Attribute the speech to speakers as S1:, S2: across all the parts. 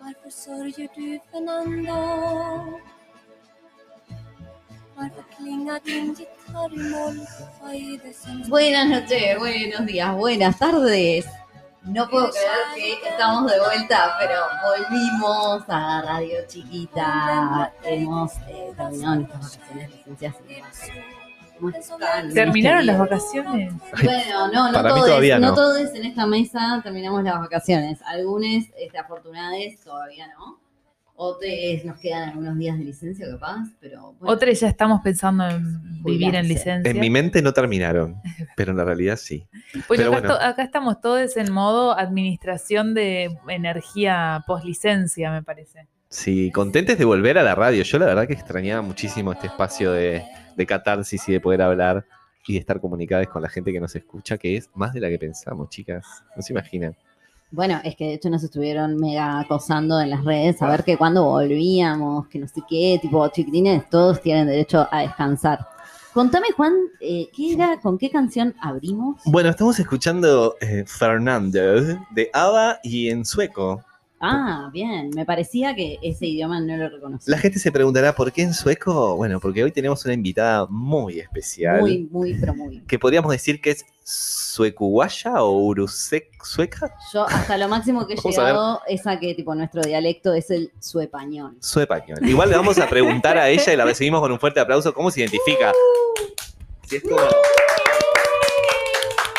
S1: Varför sörjer du Fernando? Varför klingar din gitarr i moll? Vad är det som
S2: Buenas noches, buenos días, buenas tardes. No puedo creer que estamos de vuelta, pero volvimos a Radio Chiquita. Hemos eh, terminado nuestras vacaciones licencias. ¿Cómo están?
S3: ¿Terminaron las
S2: Bien.
S3: vacaciones?
S2: Bueno, no, no
S4: Para mí
S2: todos,
S4: todavía
S2: no.
S4: no.
S2: todos en esta mesa terminamos las vacaciones. Algunos este, afortunados todavía no. Otros nos quedan algunos días de licencia capaz, pero bueno.
S3: Otras ya estamos pensando en vivir en
S2: Jubilarse.
S3: licencia.
S4: En mi mente no terminaron, pero en la realidad sí.
S3: Pues acá,
S4: pero bueno.
S3: esto- acá estamos todos en modo administración de energía poslicencia, me parece.
S4: Sí, contentes de volver a la radio. Yo la verdad que extrañaba muchísimo este espacio de, de catarsis y de poder hablar y de estar comunicadas con la gente que nos escucha, que es más de la que pensamos, chicas. No se imaginan.
S2: Bueno, es que de hecho nos estuvieron mega acosando en las redes a ver que cuando volvíamos, que no sé qué, tipo chiquitines, todos tienen derecho a descansar. Contame, Juan, eh, ¿qué era, con qué canción abrimos?
S4: Bueno, estamos escuchando eh, Fernando de ABBA y en sueco.
S2: Ah, bien, me parecía que ese idioma no lo reconocía.
S4: La gente se preguntará, ¿por qué en sueco? Bueno, porque hoy tenemos una invitada muy especial.
S2: Muy, muy, pero muy.
S4: que podríamos decir que es suecuguaya o urusec sueca,
S2: Yo hasta lo máximo que he
S4: Vamos a ver.
S2: llegado es a que tipo nuestro dialecto es el suepañol.
S4: suepañol. Igual le vamos a preguntar a ella y la recibimos con un fuerte aplauso cómo se identifica. Si es como-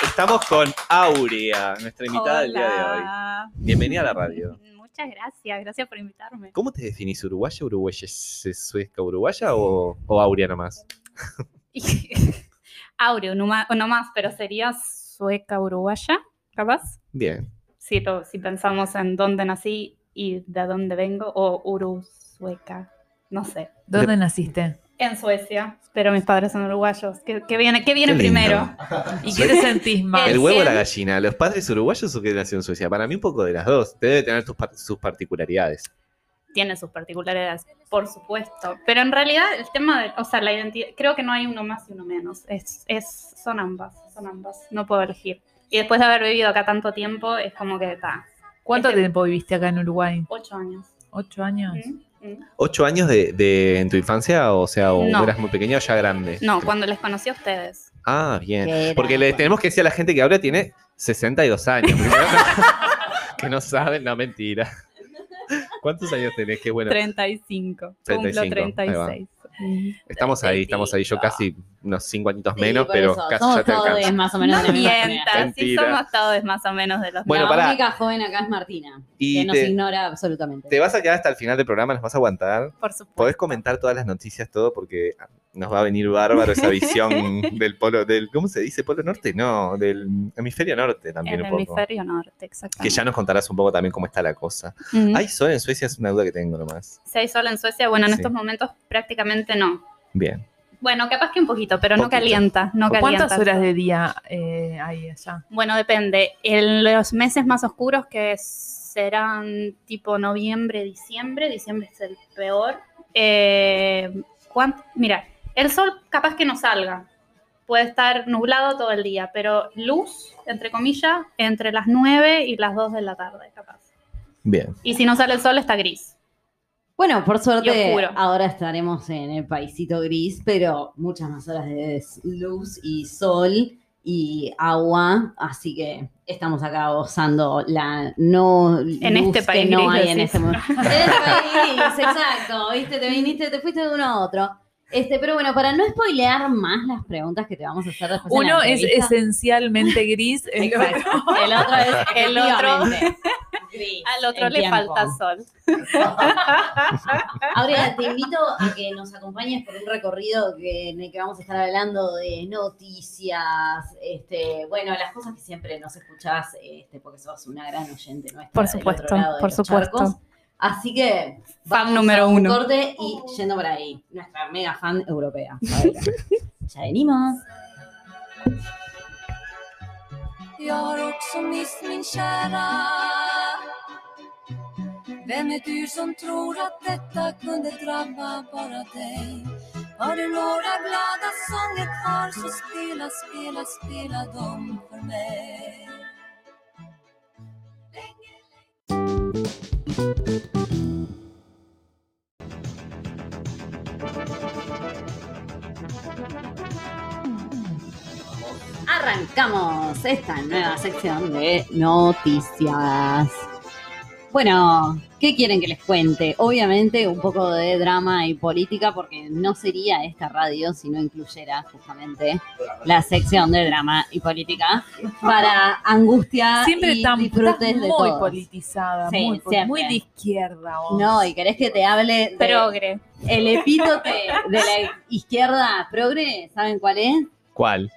S4: Estamos con Aurea, nuestra invitada del día de hoy. Bienvenida a la radio.
S5: Muchas gracias, gracias por invitarme.
S4: ¿Cómo te definís? ¿Uruguaya, uruguaya, sueca, uruguaya o, o Aurea nomás?
S5: Aureo, no más, no más, pero sería sueca uruguaya, capaz.
S4: Bien.
S5: Si, to- si pensamos en dónde nací y de dónde vengo, o uru sueca, no sé.
S3: ¿Dónde naciste?
S5: En Suecia, pero mis padres son uruguayos. ¿Qué, qué viene, qué viene
S4: Qué lindo.
S5: primero?
S3: ¿Y qué te sentís más?
S4: ¿El
S5: El
S4: huevo o la
S5: cien.
S4: gallina? ¿Los padres uruguayos o qué nació en Suecia? Para mí un poco de las dos. Debe tener tus par- sus particularidades.
S5: Tiene sus particularidades, por supuesto. Pero en realidad el tema de, o sea, la identidad, creo que no hay uno más y uno menos. Es, es, son ambas, son ambas. No puedo elegir. Y después de haber vivido acá tanto tiempo, es como que está,
S3: ¿Cuánto
S5: Este-
S3: tiempo viviste acá en Uruguay?
S5: ocho años.
S3: ¿Ocho
S4: Ah,
S3: años?
S5: Mm, mm.
S4: ¿Ocho años de, de- en tu infancia? O sea, o
S5: No.
S4: eras muy pequeña o ya grande.
S5: No, cuando les conocí a ustedes.
S4: Ah, bien.
S2: Que era-
S4: Porque le tenemos que decir a la gente que ahora tiene 62 años. Primero, que no saben, no, mentira. ¿Cuántos años tenés? Qué bueno.
S5: 35.
S4: 35, ahí va.
S5: Cumplo 36.
S4: Estamos ahí, estamos ahí. Yo casi unos cinco añitos
S2: Sí,
S4: menos,
S2: por
S4: pero
S2: eso,
S4: casi
S2: somos
S4: ya te
S2: todos
S4: alcanza.
S2: más o menos de
S5: No
S2: la misma generación.
S5: mientas, sí
S4: Mentira.
S5: somos todos más o menos de los
S4: Bueno,
S2: la
S4: pará.
S2: única joven acá es Martina, que
S4: Y
S2: nos
S4: te,
S2: ignora absolutamente.
S4: te vas a quedar hasta el final del programa, nos vas a aguantar.
S5: mismos, por supuesto.
S4: Podés comentar todas las noticias, todo, porque nos va a venir bárbaro esa visión del polo, del, ¿cómo se dice? ¿Polo norte? No, del hemisferio norte también
S5: El
S4: un poco.
S5: hemisferio norte, exactamente.
S4: Que ya nos contarás un poco también cómo está la cosa.
S2: Mm.
S5: Ujú.
S4: ¿Hay sol en Suecia? Es una duda que tengo nomás.
S5: Si hay sol en Suecia, bueno, en
S4: Sí.
S5: estos momentos prácticamente no.
S4: Bien.
S5: Bueno, capaz que un poquito, pero no
S4: Poquito.
S5: calienta, no calienta.
S3: ¿Cuántas horas de día eh, hay allá?
S5: Bueno, depende. En los meses más oscuros, que serán tipo noviembre, diciembre, diciembre es el peor. eh, ¿cuán- Mira, el sol capaz que no salga. Puede estar nublado todo el día, pero luz, entre comillas, entre las 9 y las 2 de la tarde, capaz.
S4: Bien.
S5: Y si no sale el sol, está gris.
S2: Bueno, por
S5: Y
S2: suerte
S5: oscuro.
S2: ahora estaremos en el paisito gris, pero muchas más horas de luz y sol y agua, así que estamos acá gozando la no
S5: En
S2: luz
S5: este
S2: que
S5: país
S2: no
S5: gris,
S2: hay en
S5: decís.
S2: este mundo. En este país gris, exacto, viste, te viniste, te fuiste de uno a otro. Este, pero bueno, para no spoilear más las preguntas que te vamos a hacer después en la
S3: Uno es
S2: entrevista-
S3: esencialmente gris, el otro-
S2: Exacto. El otro es
S5: El otro-
S2: efectivamente, gris
S5: Al otro
S2: en
S5: le
S2: tiempo.
S5: falta sol.
S2: Ahora te invito a que nos acompañes por un recorrido que, en el que vamos a estar hablando de noticias, este, bueno, las cosas que siempre nos escuchás, este, porque sos una gran oyente nuestra.
S5: Por
S2: del otro
S5: supuesto,
S2: lado de
S5: por
S2: los
S5: supuesto.
S2: charcos. Así que
S5: Fan
S2: a
S5: número
S2: un
S5: uno.
S2: corte y yendo por ahí, nuestra mega fan europea. Paola. ya venimos.
S1: Jag har också mist min kära Vem är du som tror att detta kunde drabba bara dig? Har du några glada sånger kvar så spela, spela, spela dem för mig
S2: arrancamos esta nueva sección de noticias. Bueno, ¿qué quieren que les cuente? Obviamente un poco de drama y política porque no sería esta radio si no incluyera justamente la sección de drama y política para angustia Ah,
S3: Siempre
S2: y
S3: tan estás
S2: disfrutes de
S3: muy
S2: todo.
S3: politizada,
S2: Sí,
S3: muy, poli-
S2: siempre.
S3: muy de izquierda. vos.
S2: No, y querés que te hable de
S5: Progre.
S2: el epítote de la izquierda progre, ¿saben cuál es?
S4: ¿Cuál?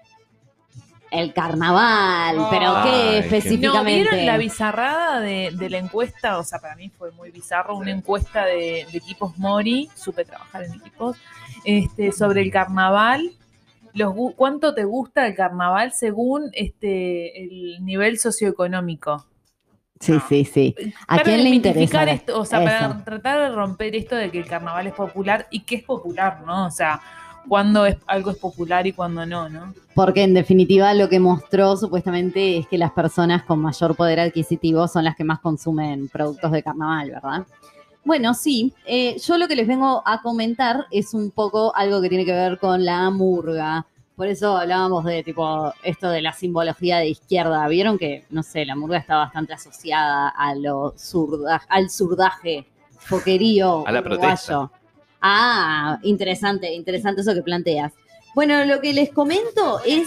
S2: El carnaval, pero
S4: Ay,
S2: qué
S4: qué-
S3: No,
S2: específicamente.
S3: ¿vieron la bizarrada de, de la encuesta? O sea, para mí fue muy bizarro, una encuesta de, de equipos Mori, supe trabajar en equipos, este, sobre el carnaval. Los, gu- ¿Cuánto te gusta el carnaval según este, el nivel socioeconómico?
S2: sí, sí, sí. ¿A
S3: Para
S2: quién le
S3: desmitificar
S2: interesa? la-
S3: Esto, o sea, para
S2: eso?
S3: tratar de romper esto de que el carnaval es popular y que es popular, ¿no? O sea, cuando es, algo es popular y cuando no, ¿no?
S2: Porque en definitiva lo que mostró supuestamente es que las personas con mayor poder adquisitivo son las que más consumen productos de carnaval, ¿verdad? Bueno, sí, eh, yo lo que les vengo a comentar es un poco algo que tiene que ver con la murga. Por eso hablábamos de tipo esto de la simbología de izquierda. Vieron que, no sé, la murga está bastante asociada a lo zurda- al zurdaje, foquerío,
S4: A la
S2: uruguayo.
S4: protesta.
S2: Ah, interesante, interesante eso que planteas. Bueno, lo que les comento es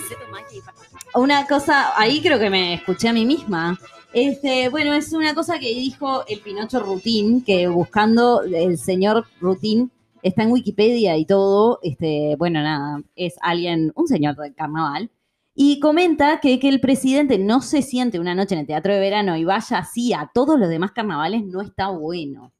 S2: una cosa, ahí creo que me escuché a mí misma. Este, bueno, es una cosa que dijo el Pinocho Rutín, que buscando el señor Rutín está en Wikipedia y todo. Este, bueno, nada, es alguien, un señor del carnaval. Y comenta que que el presidente no se siente una noche en el teatro de verano y vaya así a todos los demás carnavales no está bueno.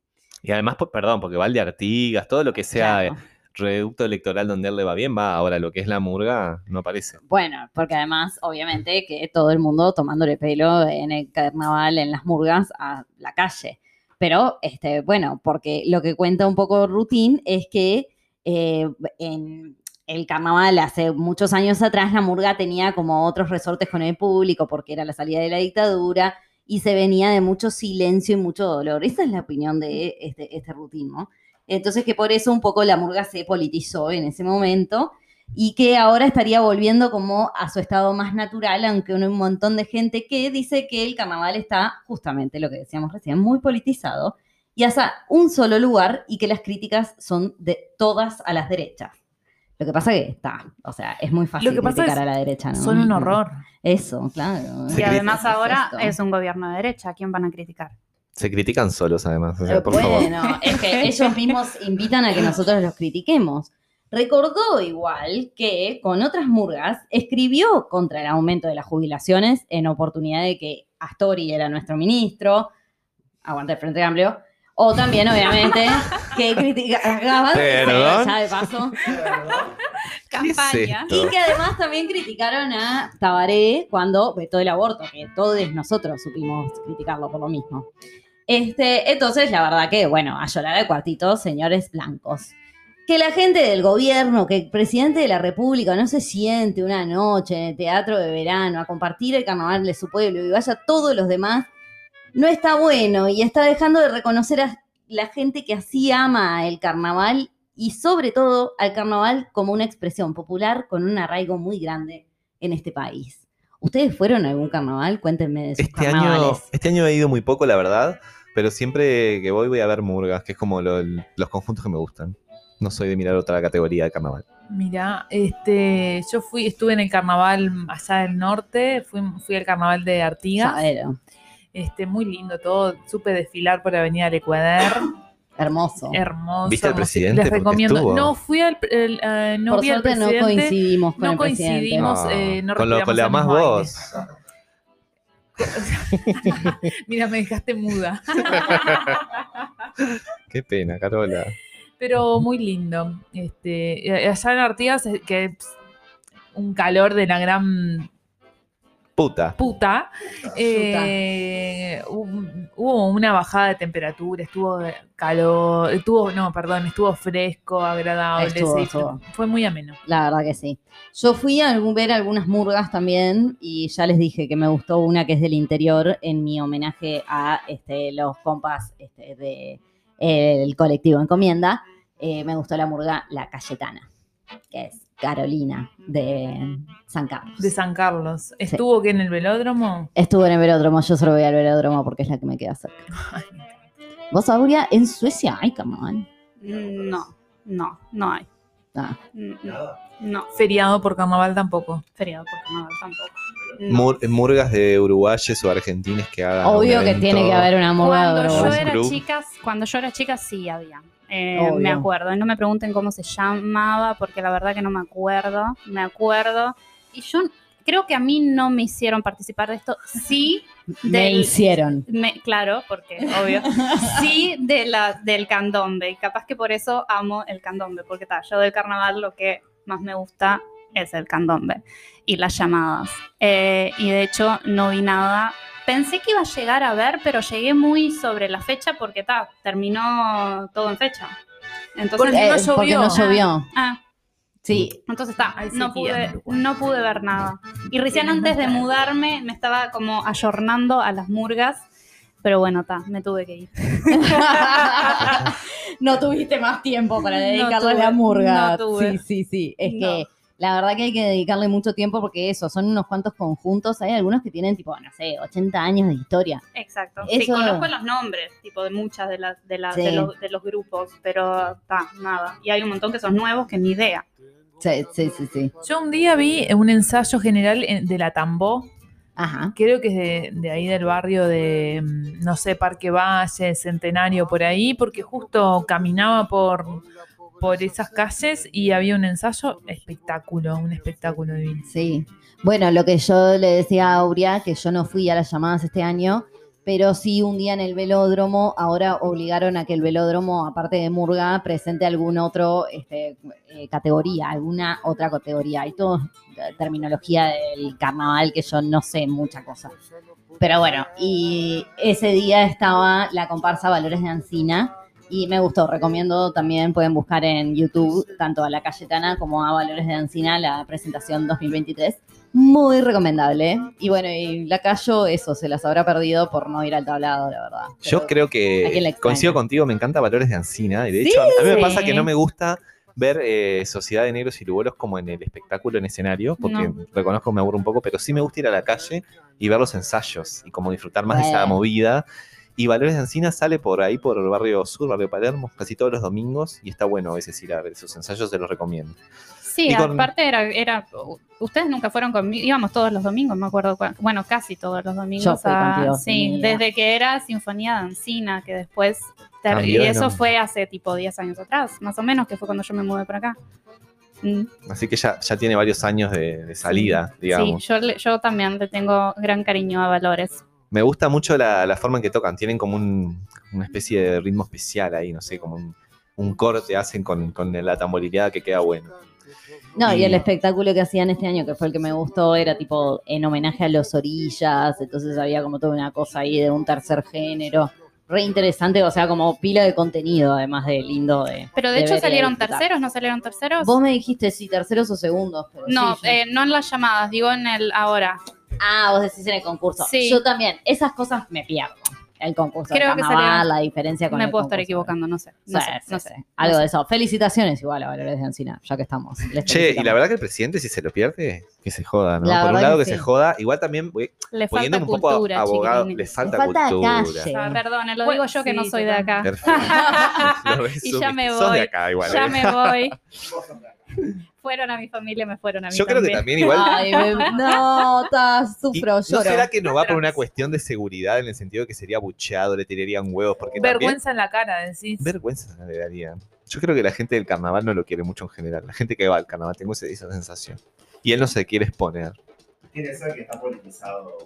S4: Y además, por- perdón, porque Valde Artigas, todo lo que sea
S2: Claro.
S4: eh, reducto electoral donde él le va bien, va. Ahora lo que es la murga, no aparece.
S2: Bueno, porque además, obviamente, que todo el mundo tomándole pelo en el carnaval, en las murgas, a la calle. Pero, este, bueno, porque lo que cuenta un poco Rutín es que eh, en el carnaval hace muchos años atrás la murga tenía como otros resortes con el público porque era la salida de la dictadura y se venía de mucho silencio y mucho dolor. Esa es la opinión de este, este Rutín, ¿no? Entonces que por eso un poco la murga se politizó en ese momento y que ahora estaría volviendo como a su estado más natural, aunque hay un montón de gente que dice que el carnaval está justamente lo que decíamos recién, muy politizado y hasta un solo lugar y que las críticas son de todas a las derechas. Lo que pasa que está, o sea, es muy fácil
S3: Lo que pasa
S2: criticar
S3: es-
S2: a la derecha, ¿no?
S3: Son un horror.
S2: Eso, claro.
S4: Se
S5: Y
S4: critica.
S5: además ahora
S2: Exacto.
S5: es un gobierno de derecha. ¿A quién van a criticar?
S4: Se critican solos, además. o sea,
S2: Eh,
S4: por favor.
S2: bueno, es que ellos mismos invitan a que nosotros los critiquemos. Recordó igual que con otras murgas escribió contra el aumento de las jubilaciones en oportunidad de que Astori era nuestro ministro, aguanta el Frente Amplio, o también obviamente que criticaban
S4: Perdón.
S2: ya de paso,
S4: ¿Qué es
S5: Campaña.
S4: esto?
S2: y que además también criticaron a Tabaré cuando vetó el aborto, que todos nosotros supimos criticarlo por lo mismo. Este, entonces, la verdad que, bueno, a llorar al cuartito, señores blancos. Que la gente del gobierno, que el presidente de la República no se siente una noche en el teatro de verano a compartir el carnaval de su pueblo y vaya todos los demás, no está bueno y está dejando de reconocer a la gente que así ama el carnaval y sobre todo al carnaval como una expresión popular con un arraigo muy grande en este país. ¿Ustedes fueron a algún carnaval? Cuéntenme de sus
S4: Este
S2: carnavales.
S4: año, este año he ido muy poco, la verdad, pero siempre que voy voy a ver murgas, que es como lo- los conjuntos que me gustan. No soy de mirar otra categoría de carnaval.
S3: Mira, este, yo fui, estuve en el carnaval allá del norte, fui, fui al carnaval de Artigas,
S4: eh.
S2: Saero.
S3: este, muy lindo todo, supe desfilar por Avenida Lecuader,
S2: Hermoso.
S3: Eh, hermoso.
S4: ¿Viste al
S3: hermoso.
S4: presidente?
S3: Les
S4: Porque
S3: recomiendo.
S4: estuvo.
S3: No fui al, el, eh, no
S2: Por
S3: vi al
S2: suerte no
S3: presidente,
S2: coincidimos con
S3: no
S2: el presidente.
S3: coincidimos. Vimos, eh, no
S4: Ah, con, lo- con
S3: respiramos
S4: la
S3: al
S4: más
S3: mismo aire.
S4: voz.
S3: Mira, me dejaste muda.
S4: Qué pena, Carola.
S3: Pero muy lindo. Este, eh, allá en Artigas, eh, que es un calor de la gran
S4: Puta.
S3: puta, eh, hub- hubo una bajada de temperatura, estuvo calor, estuvo, no, perdón, estuvo fresco, agradable,
S2: Estuvo,
S3: sí,
S2: estuvo.
S3: fue muy ameno.
S2: La verdad que sí. Yo fui a algún- ver algunas murgas también y ya les dije que me gustó una que es del interior en mi homenaje a este, los compas este, de el colectivo Encomienda. Eh, me gustó la murga La Cayetana, que es Carolina de San Carlos.
S3: de San Carlos. ¿Estuvo que en el velódromo?
S2: Estuvo en el velódromo, yo solo voy al velódromo porque es la que me queda cerca.
S3: Ay.
S2: ¿Vos, Aurea, en Suecia? Ay, come on.
S5: No, no, no hay.
S2: Ah,
S5: No, no.
S3: Feriado por carnaval tampoco.
S5: feriado por carnaval tampoco. No.
S4: Mur- murgas de uruguayes o argentines que hagan.
S2: obvio
S4: un
S2: que
S4: evento.
S2: tiene que haber una moda
S5: Cuando yo
S4: Uruguay.
S5: era
S4: Club.
S5: chica, cuando yo era chica sí había. Eh,
S2: Obvio.
S5: me acuerdo. Y no me pregunten cómo se llamaba, porque la verdad que no me acuerdo. Me acuerdo. Y yo creo que a mí no me hicieron participar de esto. Sí,
S2: Me
S5: del-
S2: hicieron.
S5: me- claro, porque obvio. Sí, de la, del candombe. Y capaz que por eso amo el candombe, porque ta, yo del carnaval lo que más me gusta es el candombe y las llamadas. Eh, y de hecho no vi nada. Pensé que iba a llegar a ver, pero llegué muy sobre la fecha porque ta, terminó todo en fecha. Entonces,
S3: Porque-
S2: Eh,
S3: no llovió.
S2: porque no llovió.
S5: ah,
S2: Sí,
S5: entonces está,
S3: Hay sequía
S5: no
S3: en
S5: pude,
S3: Uruguay.
S5: no pude ver nada. Y recién antes de mudarme me estaba como ayornando a las murgas, pero bueno, está, me tuve que ir.
S2: no tuviste más tiempo para
S5: No
S2: dedicarle
S5: tuve,
S2: a la murga.
S5: no tuve.
S2: Sí, sí, sí. Es
S5: No.
S2: que la verdad que hay que dedicarle mucho tiempo porque eso, son unos cuantos conjuntos. Hay algunos que tienen tipo, no sé, 80 años de historia.
S5: Exacto. Sí,
S2: Eso-
S5: conozco los nombres, tipo de muchas de las de, las-
S2: Sí.
S5: de, los, de los grupos, pero está, nada. Y hay un montón que son nuevos que ni idea.
S2: Sí, sí, sí, sí.
S3: Yo un día vi un ensayo general en- de la tambó,
S2: Ajá.
S3: creo que es de, de ahí del barrio de, mm, no sé, Parque Valle, Centenario, por ahí, porque justo caminaba por, por esas calles y había un ensayo espectáculo, un espectáculo divino.
S2: Sí. Bueno, lo que yo le decía a Aurea, que yo no fui a las llamadas este año, pero sí un día en el velódromo, ahora obligaron a que el velódromo, aparte de Murga, presente algún otro este, eh, categoría, alguna otra categoría. Hay toda terminología del carnaval que yo no sé mucha cosa. Pero bueno, y ese día estaba la comparsa Valores de Ancina. Y me gustó, recomiendo también, pueden buscar en YouTube tanto a La Cayetana como a Valores de Ancina la presentación 2023. Muy recomendable. Y bueno, y la Cayo, eso, se las habrá perdido por no ir al tablado, la verdad.
S4: Yo
S2: Pero-
S4: creo
S2: ¿A quién la
S4: que
S2: extraña?
S4: coincido contigo, me encanta Valores de Ancina. Y de
S2: Sí.
S4: hecho, a a mí me
S3: Sí.
S4: pasa que no me gusta ver eh, Sociedad de Negros y Lugolos como en el espectáculo en escenario, porque
S5: No.
S4: reconozco que me aburro un poco, pero sí me gusta ir a la calle y ver los ensayos y como disfrutar más de esa
S2: Bueno.
S4: movida. Y Valores de Ancina sale por ahí, por el barrio sur, barrio Palermo, casi todos los domingos, y está bueno a veces ir a ver sus ensayos, se los recomiendo.
S5: Sí,
S4: Y con-
S5: aparte era, era. Ustedes nunca fueron conmigo. Íbamos todos los domingos, me acuerdo. cua- Bueno, casi todos los domingos.
S2: Yo fui
S5: a-
S2: contigo,
S5: sí,
S2: mira.
S5: desde que era Sinfonía Dancina, que después. ter-
S4: Ah,
S5: y
S4: bien,
S5: eso
S4: ¿no?
S5: fue hace tipo 10 años atrás, más o menos, que fue cuando yo me mudé por acá. Mm.
S4: Así que ya, ya tiene varios años de, de salida, digamos.
S5: Sí, yo, le- yo también le tengo gran cariño a Valores.
S4: Me gusta mucho la, la forma en que tocan. Tienen como un- una especie de ritmo especial ahí, no sé, como un, un corte hacen con, con la tamborileada que queda bueno.
S2: No, y
S4: Y-
S2: el espectáculo que hacían este año, que fue el que me gustó, era tipo en homenaje a los orillas, entonces había como toda una cosa ahí de un tercer género. Re interesante, o sea, como pila de contenido, además de lindo. De,
S5: Pero de hecho
S2: Debería
S5: salieron
S2: disfrutar.
S5: terceros, ¿no salieron terceros?
S2: Vos me dijiste si terceros o segundos. Pero
S5: No,
S2: sí, yo-
S5: eh, no en las llamadas, digo en el ahora.
S2: Ah, vos decís en el concurso.
S5: Sí.
S2: Yo también. Esas cosas me pierdo. El concurso,
S5: Creo
S2: el
S5: que
S2: carnaval,
S5: salieron-
S2: la diferencia con
S5: Me
S2: el
S5: puedo estar
S2: concurso.
S5: equivocando, no sé. No
S2: Sí,
S5: sé,
S2: sí,
S5: no
S2: sí.
S5: sé.
S2: Algo
S5: no sé.
S2: de eso. Felicitaciones igual a Valores de Ancina, ya que estamos. Les
S4: Che, y la
S2: felicitamos.
S4: verdad que el presidente, si se lo pierde, que se joda, ¿no?
S2: La
S4: Por un
S2: verdad
S4: lado
S2: que sí.
S4: que se joda, igual también voy
S5: Le falta
S4: poniéndome un poco
S5: cultura,
S4: a- abogado,
S5: chiquilines.
S4: le falta,
S2: Le falta
S4: cultura.
S2: calle.
S5: Ah, Perdone, lo
S3: Bueno,
S5: digo yo que no
S3: sí,
S5: soy de acá.
S4: Perfecto. Lo
S5: Y ya me
S4: resumí. Sos
S5: voy,
S4: de acá igual.
S5: ya
S4: ¿eh?
S5: me voy. Fueron a mi familia, me fueron a mí
S4: Yo creo que también igual.
S2: Ay, me- no, ta, Ah,
S4: y-
S2: sufro,
S4: ¿No
S2: lloro.
S4: será que nos va por una
S5: Atrás.
S4: cuestión de seguridad en el sentido que sería bucheado, le tirarían huevos? Porque también
S3: Vergüenza en la cara, decís.
S4: Vergüenza le daría. Yo creo que la gente del carnaval no lo quiere mucho en general. La gente que va al carnaval, tengo ese- esa sensación. Y él no se quiere exponer.
S6: Tiene que ser que está politizado.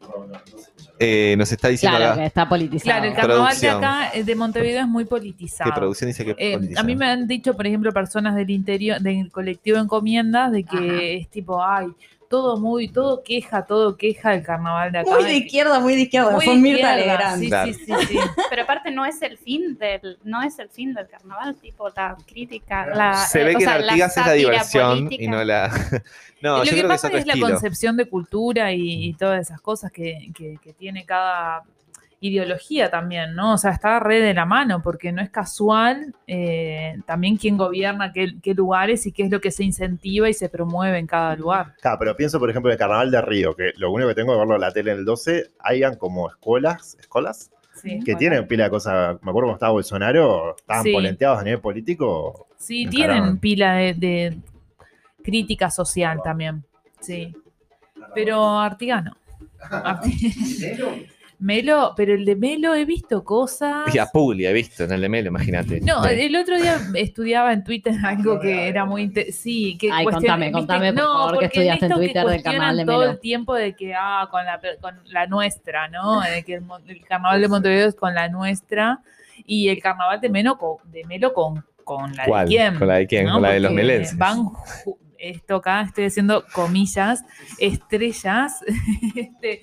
S6: No, no, no se escucha.
S4: Eh, nos está diciendo
S2: Claro, que
S4: acá
S2: está politizado.
S3: Claro, el carnaval de
S4: Producción.
S3: acá, eh, de Montevideo, es muy
S4: que
S3: politizado.
S4: producción dice que
S3: Eh, a
S4: politizado.
S3: mí me han dicho, por ejemplo, personas del interior, del colectivo Encomiendas, de que
S2: Ajá.
S3: es tipo, ay, todo muy, todo queja, todo queja el carnaval de acá.
S2: Muy de izquierda, muy de izquierda. Son Mirta Legrand.
S3: Sí,
S4: Claro.
S3: sí, sí, sí.
S5: Pero aparte no es el fin del, no es el fin del carnaval, tipo la crítica, la
S4: se
S5: eh,
S4: ve
S5: o
S4: que en
S5: sea,
S4: Artigas es la
S5: sátira
S4: diversión y
S5: política.
S4: no la. no,
S3: lo
S4: yo
S3: que
S4: creo que es
S3: pasa
S4: otro
S3: es la
S4: estilo.
S3: concepción de cultura y, y todas esas cosas que, que- que tiene cada ideología también, ¿no? O sea, está re de la mano, porque no es casual eh, también quién gobierna qué, qué lugares y qué es lo que se incentiva y se promueve en cada lugar.
S7: Claro, pero pienso, por ejemplo, en el Carnaval de Río, que lo único que tengo de verlo en la tele en el 12, hayan como escuelas, escuelas,
S3: Sí,
S7: que
S3: bueno.
S7: tienen pila de cosas. Me acuerdo cuando estaba Bolsonaro, estaban
S3: Sí.
S7: polenteados a nivel político.
S3: Sí,
S7: Me
S3: tienen
S7: encaraban.
S3: pila de, de crítica social también. Sí. Pero Artigano. Melo, pero el de Melo he visto cosas.
S4: Y a Puglia, he visto, en el de Melo, imagínate.
S3: No,
S4: Sí.
S3: el otro día estudiaba en Twitter algo que era muy inte- sí, que
S2: Ay,
S3: cuestión-
S2: contame,
S3: viste,
S2: contame, por favor, que
S3: porque
S2: estudiaste en
S3: estos que
S2: Twitter del
S3: cuestionan
S2: carnaval de
S3: todo
S2: Melo.
S3: el tiempo de que ah, con la con la nuestra, ¿no? De que el, mon- el carnaval de Montevideo es con la nuestra y el carnaval de Melo con, de Melo con con la
S4: ¿Cuál?
S3: de quién?
S4: ¿Con la de quién?
S3: ¿no?
S4: Con la de los
S3: Porque
S4: melenses.
S3: Van ju- esto acá estoy haciendo comillas, estrellas. este,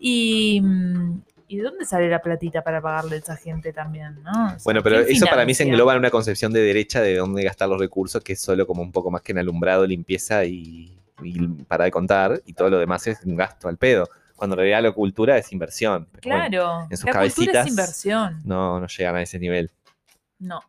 S3: y mm, ¿Y de dónde sale la platita para pagarle a esa gente también, no? O sea,
S4: Bueno, pero
S3: ¿quién
S4: eso para mí se
S3: financia?
S4: engloba en una concepción de derecha de dónde gastar los recursos, que es solo como un poco más que en alumbrado, limpieza y, y para de contar, y todo lo demás es un gasto al pedo. Cuando en realidad la cultura es inversión. Pero bueno,
S3: Claro,
S4: en sus
S3: la cultura
S4: cabecitas.
S3: es inversión.
S4: no, no llegan a ese nivel.
S3: No,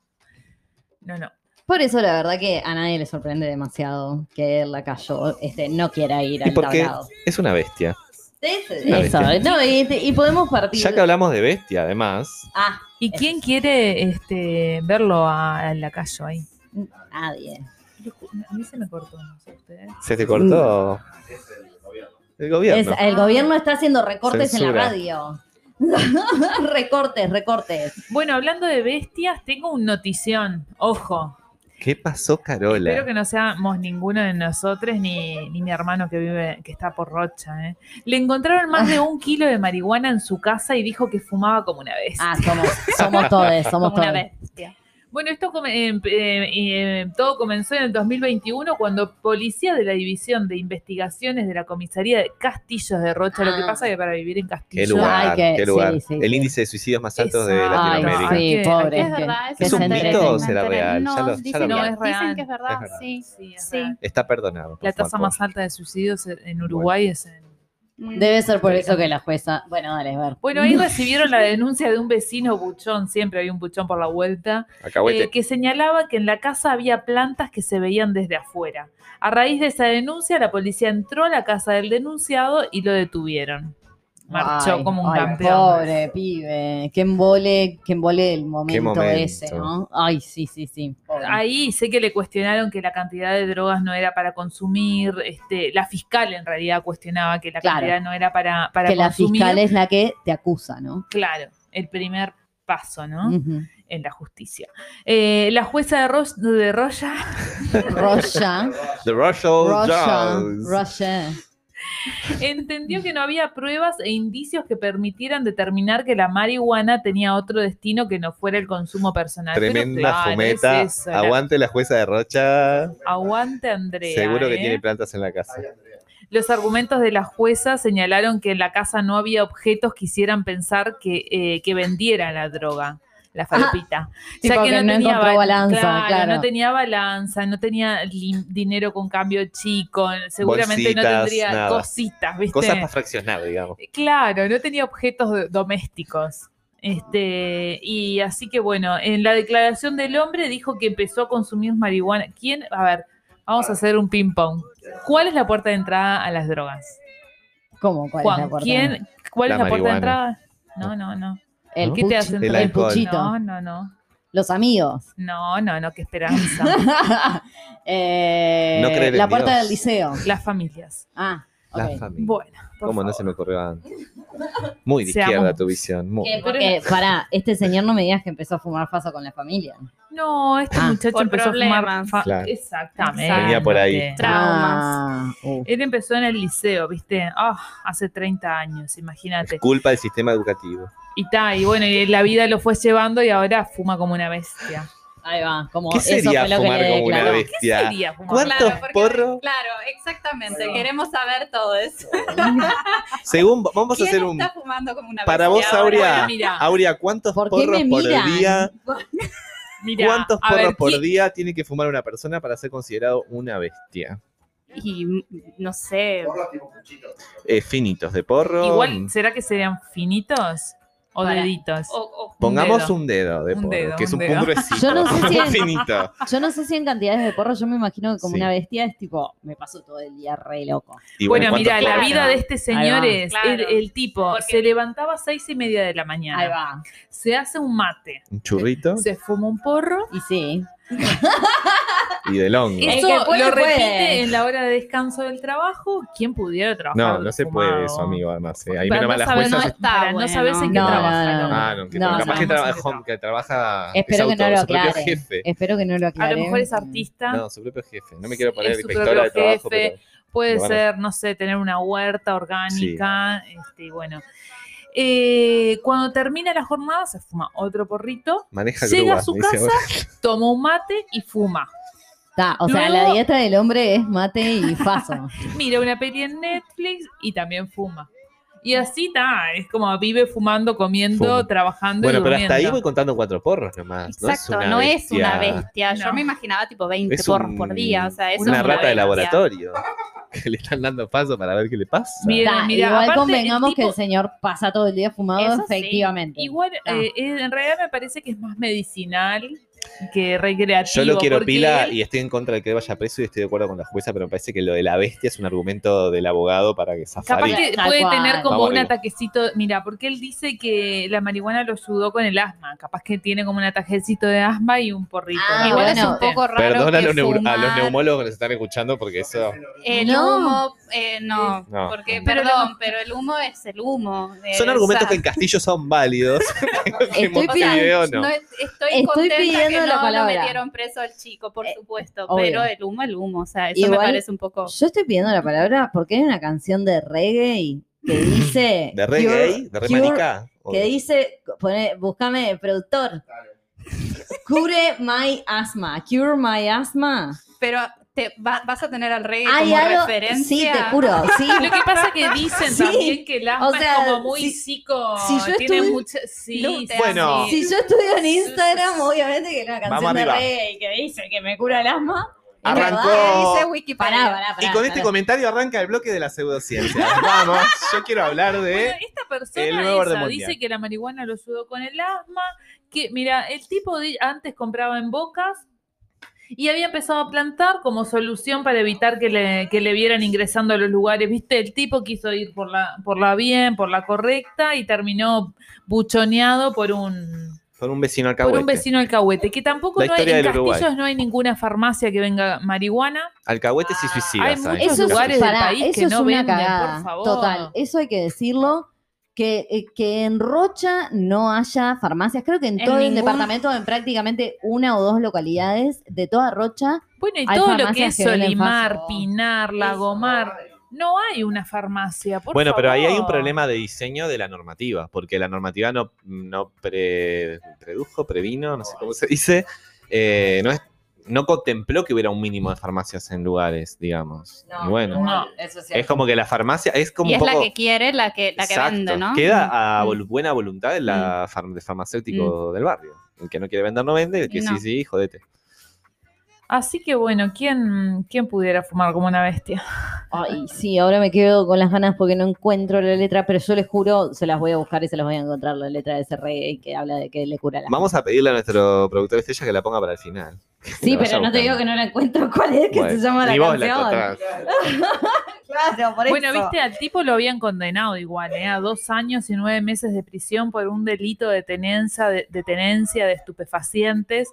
S3: no, no.
S2: Por eso la verdad que a nadie le sorprende demasiado que él la cayó, este, no quiera ir
S4: Y
S2: al
S4: porque
S2: tablado.
S4: es una bestia.
S2: Eso,
S4: una
S2: eso. No, y, este, y podemos partir.
S4: Ya que hablamos de bestia, además,
S2: Ah,
S3: ¿Y
S2: Eso
S3: quién
S2: es.
S3: quiere este, verlo a, a Lacayo ahí?
S2: nadie.
S3: A mí se me cortó, no sé ustedes.
S4: se te cortó
S6: Es el gobierno.
S4: el
S2: Es-
S4: gobierno.
S2: el gobierno está haciendo recortes en
S4: Censura.
S2: la radio. recortes, recortes.
S3: Bueno, hablando de bestias, tengo un notición. Ojo,
S4: ¿Qué pasó,
S3: Espero
S4: Carola?
S3: que no seamos ninguno de nosotros, ni, ni mi hermano que vive, que está por Rocha. ¿eh? Le encontraron más de un kilo de marihuana en su casa y dijo que fumaba como una vez.
S2: Ah, somos, somos todos, somos
S5: como
S2: todos.
S5: una bestia.
S3: Bueno, esto come- em- em- em, todo comenzó en el 2021 cuando policía de la División de Investigaciones de la Comisaría de Castillos de Rocha, lo que
S2: Ah.
S3: pasa es que para vivir en Castillos...
S4: Qué lugar,
S2: Ay, que-
S4: qué lugar.
S2: sí, sí,
S4: el
S2: sí.
S4: índice de suicidios más alto de
S3: Exacto.
S2: Ay,
S4: Latinoamérica.
S3: Ay,
S2: sí,
S3: qué-
S2: pobre.
S5: Es
S2: que-
S5: verdad,
S2: que
S4: ¿Es un
S2: se
S5: me
S4: mito
S2: entretenga.
S4: o será real? Ya
S5: No,
S4: lo- ya
S5: dicen,
S4: lo
S5: que-
S3: No, es real,
S5: dicen que es
S4: es
S5: verdad,
S4: real.
S5: sí.
S3: Sí, es
S5: Sí.
S3: real.
S4: Está perdonado. por
S3: La tasa
S4: favor.
S3: más alta de suicidios en Uruguay es en
S5: Mm.
S2: Debe ser por eso que la jueza. Bueno, dale, a ver.
S3: Bueno, ahí recibieron la denuncia de un vecino buchón, siempre había un buchón por la vuelta,
S4: Alcahuete.
S3: eh, que señalaba que en la casa había plantas que se veían desde afuera. A raíz de esa denuncia, la policía entró a la casa del denunciado y lo detuvieron. Marchó
S2: Ay,
S3: como un
S2: ay,
S3: campeón.
S2: Pobre pibe. Que embole, que embole el momento,
S4: momento.
S2: ese, ¿no? Ay, sí, sí, sí. pobre.
S3: Ahí sé que le cuestionaron que la cantidad de drogas no era para consumir, este, la fiscal en realidad cuestionaba que la
S2: Claro.
S3: cantidad no era para, para
S2: que la
S3: consumir.
S2: fiscal es la que te acusa, ¿no?
S3: Claro, el primer paso, ¿no?
S2: Ujú.
S3: En la justicia. Eh, la jueza de, Ro- de Roya
S2: Roya.
S4: The Russell
S2: Roya.
S4: Jones.
S2: Roya.
S3: entendió que no había pruebas e indicios que permitieran determinar que la marihuana tenía otro destino que no fuera el consumo personal. Pero
S4: Tremenda
S3: claro, Ah, es
S4: fumeta.
S3: eso, la-
S4: Aguante la jueza de Rocha.
S3: aguante, Andrea.
S4: Seguro que
S3: ¿eh? Este
S4: tiene plantas en la casa.
S3: Los argumentos de la jueza señalaron que en la casa no había objetos que hicieran pensar que, eh, que vendiera la droga. La farpita.
S2: sí, porque no encontró
S3: ba-
S2: balanza, claro.
S3: No tenía balanza, no tenía lim- dinero con cambio chico, seguramente no
S4: Bolsitas,
S3: tendría
S4: nada.
S3: cositas, ¿viste?
S4: Cosas para fraccionar, digamos.
S3: Claro, no tenía objetos do- domésticos. Este, y así que bueno, en la declaración del hombre dijo que empezó a consumir marihuana. ¿Quién? A ver, vamos a hacer un ping-pong. ¿Cuál es la puerta de entrada a las drogas?
S2: ¿Cómo? ¿Cuál es la
S3: Juan,
S2: puerta?
S3: ¿quién? ¿Cuál
S4: La
S3: es la puerta de
S4: marihuana.
S3: entrada? No, no, no.
S2: El
S4: ¿No?
S3: ¿Qué te
S2: puchi-
S3: hace
S4: El
S3: entrar?
S4: alcohol.
S2: puchito.
S3: No, no, no.
S2: Los amigos.
S3: No, no, no, qué esperanza.
S2: Eh,
S4: No creer en
S2: la puerta
S4: Dios.
S2: del liceo.
S3: Las familias.
S2: Ah, ok.
S4: La familia.
S3: Bueno, por
S4: ¿Cómo no
S3: favor.
S4: se me ocurrió antes? Muy de
S3: Seamos-
S4: izquierda tu visión. muy.
S2: Que porque, pará, este señor no me digas que empezó a fumar faso con la familia.
S3: No, este
S2: Ah.
S3: muchacho
S5: Por
S3: empezó a fumar.
S5: problemas.
S3: fa-
S4: Claro.
S3: Exactamente.
S4: Venía por ahí.
S5: Tra- Traumas.
S2: Ah, uh.
S3: Él empezó en el liceo, ¿viste? Ah, hace 30 años, imagínate.
S4: Culpa del sistema educativo.
S3: Y ta, y bueno, y la vida lo fue llevando y ahora fuma como una bestia.
S2: Ahí va, como
S4: ¿Qué
S2: eso
S4: sería
S2: fue lo que
S4: fumar
S2: le
S4: como una
S2: declaró.
S3: ¿Qué
S4: bestia?
S3: sería fumar?
S4: ¿Cuántos
S5: porque-
S4: porros?
S5: Claro, exactamente.
S6: Sí.
S5: Queremos saber todo eso.
S4: Según vamos a
S5: ¿Quién
S4: hacer un.
S5: está fumando como una
S4: Para vos,
S5: bestia ahora?
S3: Bueno,
S4: Aurea.
S3: mira,
S4: Aurea, ¿cuántos
S2: ¿Por qué
S4: porros
S2: me
S4: por
S2: miran?
S4: día?
S3: mira,
S4: ¿Cuántos
S3: a
S4: porros
S3: ver,
S4: por
S3: ¿quién-
S4: día tiene que fumar una persona para ser considerado una bestia?
S5: Y mm, no sé.
S6: Por los tipos cuchitos.
S4: Eh, finitos de porro.
S3: Igual, ¿será que serían finitos? O
S5: Para.
S3: deditos.
S5: O- o-
S4: Pongamos
S3: dedo.
S4: un dedo, de
S3: Un
S4: porro,
S3: dedo,
S4: que es
S3: un
S4: un
S3: dedo.
S4: pudrecito.
S2: Yo no sé si-
S4: muy finito.
S2: Yo no sé si en cantidades de porro, yo me imagino que como
S4: Sí.
S2: una bestia es tipo, me paso todo el día re loco.
S4: Y
S3: Bueno,
S4: ¿cuántos
S3: mira, la
S4: porros?
S3: vida de este señor
S2: va.
S3: es el,
S5: Claro.
S3: el tipo,
S5: Porque-
S3: se levantaba a seis y media de la mañana,
S2: Ahí va.
S3: se hace un mate,
S4: Un churrito
S3: se fuma un porro,
S2: Y sí.
S4: y de longo.
S2: El
S3: eso
S2: que puede,
S3: lo repite
S2: puede.
S3: en la hora de descanso del trabajo, ¿quién pudiera trabajar
S4: No, no se
S3: fumado?
S4: puede eso, amigo, además. ¿eh? Ahí
S3: Pero
S4: menos
S3: no
S4: mal las
S3: sabe-
S4: juezas...
S3: no está Ahora, no sabes en qué
S2: No, no,
S3: trabaja.
S2: no,
S4: Ah, no, que
S2: No,
S4: capaz
S2: sabemos
S4: que
S2: en
S4: trabaja,
S3: qué
S4: home, que trabaja
S2: Espero
S4: Ah, es
S2: que no
S4: autónomo,
S2: lo
S4: su propio
S2: aclare.
S4: jefe.
S2: Espero que no lo
S3: A
S2: aclare.
S3: lo mejor es artista,
S4: No, su propio jefe. No me quiero poner
S3: Es su
S4: inspectora de
S3: propio
S4: trabajo,
S3: jefe.
S4: pero
S3: puede
S4: lo van a-
S3: ser, no sé, tener una huerta orgánica, este, bueno. Eh, cuando termina la jornada se fuma otro porrito,
S4: maneja
S3: Llega a
S4: grúas,
S3: su
S4: me
S3: casa,
S4: dice ahora.
S3: toma un mate y fuma.
S2: Está, o sea, la
S3: Luego-
S2: dieta del hombre es mate y faso.
S3: mira una peli en Netflix y también fuma. Y así está, es como vive fumando, comiendo,
S4: Fuma.
S3: trabajando
S4: Bueno,
S3: y
S4: pero hasta ahí voy
S3: durmiendo.
S4: contando cuatro porros nomás.
S5: Exacto,
S4: no
S5: no es una bestia. Yo
S3: No.
S5: me imaginaba tipo 20
S4: Es
S5: porros
S4: un-
S5: por día. O sea, eso
S4: una
S5: es
S4: rata de
S5: bestia.
S4: laboratorio. Que le están dando paso para ver qué le pasa.
S3: Bien.
S2: Está,
S3: mira,
S2: igual
S3: aparte,
S2: convengamos
S3: el tipo-
S2: que el señor pasa todo el día fumado,
S5: Eso sí.
S2: efectivamente.
S3: Igual,
S2: Ah.
S3: eh, eh, en realidad me parece que es más medicinal que recreativo.
S4: Yo lo quiero
S3: porque
S4: pila
S3: él-
S4: y estoy en contra de que vaya preso y estoy de acuerdo con la jueza, pero me parece que lo de la bestia es un argumento del abogado para que
S3: Capaz
S4: zafar. y-
S3: que
S2: Tal
S3: puede
S2: cual.
S3: tener como
S4: Vamos
S3: un
S4: arriba.
S3: ataquecito, mira, porque él dice que la marihuana lo ayudó con el asma, capaz que tiene como un atajecito de asma y un porrito.
S2: Ah,
S5: Igual es
S2: bueno.
S5: un poco raro.
S4: Perdona a
S5: que
S4: los, neu- a
S5: fumar
S4: los neumólogos que nos están escuchando porque eso.
S5: El
S2: No.
S5: humo, eh, no,
S4: No.
S5: porque,
S3: Pero
S5: perdón, pero el humo es el humo. eh,
S4: Son argumentos
S5: o
S4: que
S5: sea,
S4: en Castillo son válidos. en
S2: Estoy
S4: Montevideo
S5: no.
S4: no.
S5: es- estoy,
S2: Estoy
S5: contenta
S2: pidiendo
S5: que no
S2: la
S5: lo
S2: palabra.
S5: metieron preso al chico, por
S2: Eh,
S5: supuesto,
S2: obvio.
S5: pero el humo, el humo, o sea, eso me
S2: Igual-
S5: parece un poco...
S2: Yo estoy pidiendo la palabra porque hay una canción de reggae que dice.
S4: ¿De re
S2: Cure-
S4: gay? ¿De re
S2: Cure-
S4: marica? O-
S2: Que dice, pone, búscame, productor. Cure my asma. Cure my asma.
S5: Pero te, va- vas a tener al
S3: Eh,
S5: rey
S2: Hay
S5: como
S2: algo.
S5: referencia.
S2: Sí, te juro. Sí.
S3: Lo que pasa que dicen
S2: Sí.
S3: también que el asma
S2: O sea,
S3: es como muy
S2: si-
S3: psico.
S2: si yo
S3: tiene
S2: estuve-
S3: mucha. Sí,
S5: Lute,
S3: sí,
S4: Bueno.
S3: sí.
S2: Si yo estudio en Instagram, obviamente que es una canción
S4: Vamos
S2: de
S4: arriba.
S2: reggae que dice que me cura el asma. es
S4: Arrancó.
S2: verdad.
S5: Dice
S2: Pará,
S5: Wikipedia.
S2: pará, pará,
S4: Y con este
S2: pará.
S4: comentario arranca el bloque de la pseudociencia. Vamos, yo quiero hablar
S3: Bueno,
S4: de.
S3: esta
S4: el nuevo
S3: persona
S4: orden
S3: esa
S4: mundial.
S3: dice que la marihuana lo ayudó con el asma, que mira, el tipo de- antes compraba en bocas y había empezado a plantar como solución para evitar que le, que le vieran ingresando a los lugares, ¿viste? El tipo quiso ir por la, por la bien, por la correcta y terminó buchoneado por un...
S4: Con un vecino
S3: Por
S4: alcahuete.
S3: un vecino alcahuete, que tampoco
S4: La
S3: no hay,
S4: historia
S3: en
S4: del Uruguay.
S3: Castillos no hay ninguna farmacia que venga marihuana.
S4: Alcahuetes y
S3: Hay
S4: suicidas. ¿sabes?
S3: muchos
S2: Eso es,
S3: lugares del
S2: pará,
S3: país
S2: eso
S3: que
S2: es
S3: no
S2: una
S3: venden, por
S2: cagada.
S3: favor.
S2: Total, eso hay que decirlo. Que, eh, que en Rocha no haya farmacias. Creo que en,
S5: En
S2: todo el
S5: ningún-
S2: departamento, en prácticamente una o dos localidades de toda Rocha,
S3: Bueno, y
S2: Hay
S3: todo lo que
S2: farmacias
S3: es
S2: que venden
S3: Solimar,
S2: faso.
S3: Pinar, Lagomar, no hay una farmacia. Por
S4: Bueno, pero ahí hay un
S3: favor.
S4: problema de diseño de la normativa, porque la normativa no, no pre- predujo, previno, no sé cómo se dice, eh, no, es- no contempló que hubiera un mínimo de farmacias en lugares, digamos.
S2: No,
S4: Y bueno,
S3: No,
S4: es como que la farmacia es como
S5: Y
S4: un
S5: es
S4: poco...
S5: la que quiere, la que, la que
S4: Exacto,
S5: vende, ¿no?
S4: Queda a
S5: Mm.
S4: vol- buena voluntad de la far- del farmacéutico del barrio. El que no quiere vender no vende, el que
S5: No.
S4: sí, sí, jodete.
S3: así que bueno, ¿quién, ¿quién pudiera fumar como una bestia?
S2: Ay, sí, ahora me quedo con las ganas porque no encuentro la letra, pero yo les juro, se las voy a buscar y se las voy a encontrar, la letra de ese rey que habla de que le cura la.
S4: Vamos a pedirle a nuestro productor estrella que la ponga para el final.
S2: sí, pero
S4: la vaya
S2: no te
S4: buscando.
S2: digo que no la encuentro cuál es que
S4: Bueno,
S2: se llama la
S4: ni vos la
S2: canción.
S4: encontrás.
S2: claro, por
S3: Bueno,
S2: eso.
S3: viste, al tipo lo habían condenado igual, ¿eh? A dos años y nueve meses de prisión por un delito de tenencia de, de tenencia de estupefacientes,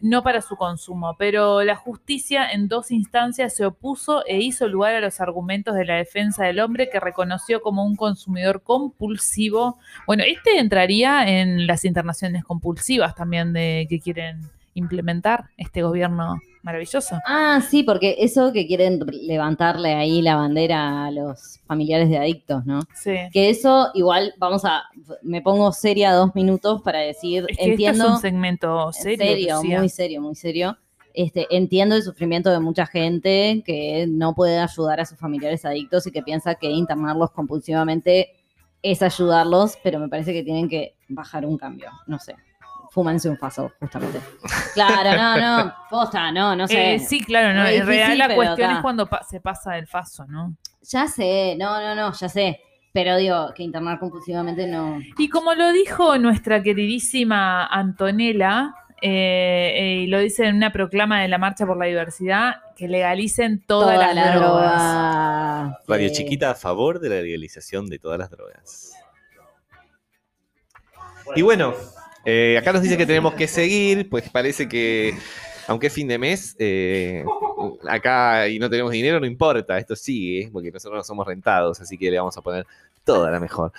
S3: no para su consumo, pero la justicia en dos instancias se opuso e hizo lugar a los argumentos de la defensa del hombre que reconoció como un consumidor compulsivo. Bueno, este entraría en las internaciones compulsivas también de que quieren implementar este gobierno maravilloso.
S2: Ah, sí, porque eso que quieren r- levantarle ahí la bandera a los familiares de adictos, ¿no?
S3: Sí.
S2: Que eso igual, vamos a, me pongo seria dos minutos para decir,
S3: Es que
S2: entiendo...
S3: este es un segmento
S2: En
S3: serio.
S2: serio,
S3: Lucía.
S2: muy serio, muy serio. Este, entiendo el sufrimiento de mucha gente que no puede ayudar a sus familiares adictos y que piensa que internarlos compulsivamente es ayudarlos, pero me parece que tienen que bajar un cambio. No sé. Fúmense un paso, justamente. Claro, no, no. Posta, no, no sé.
S3: Eh, sí, claro, no,
S2: Muy
S3: en realidad
S2: difícil,
S3: la
S2: pero
S3: cuestión
S2: ta.
S3: es cuando pa- se pasa del paso, ¿no?
S2: Ya sé, no, no, no, ya sé. Pero digo, que internar compulsivamente no.
S3: Y como lo dijo nuestra queridísima Antonella, eh, eh, y lo dice en una proclama de la Marcha por la Diversidad, que legalicen todas las drogas.
S2: droga.
S4: Radio
S2: Sí.
S4: Chiquita a favor de la legalización de todas las drogas. Y bueno, eh, acá nos dice que tenemos que seguir, pues parece que, aunque es fin de mes, eh, acá y no tenemos dinero, no importa, esto sigue, porque nosotros no somos rentados, así que le vamos a poner toda la mejor.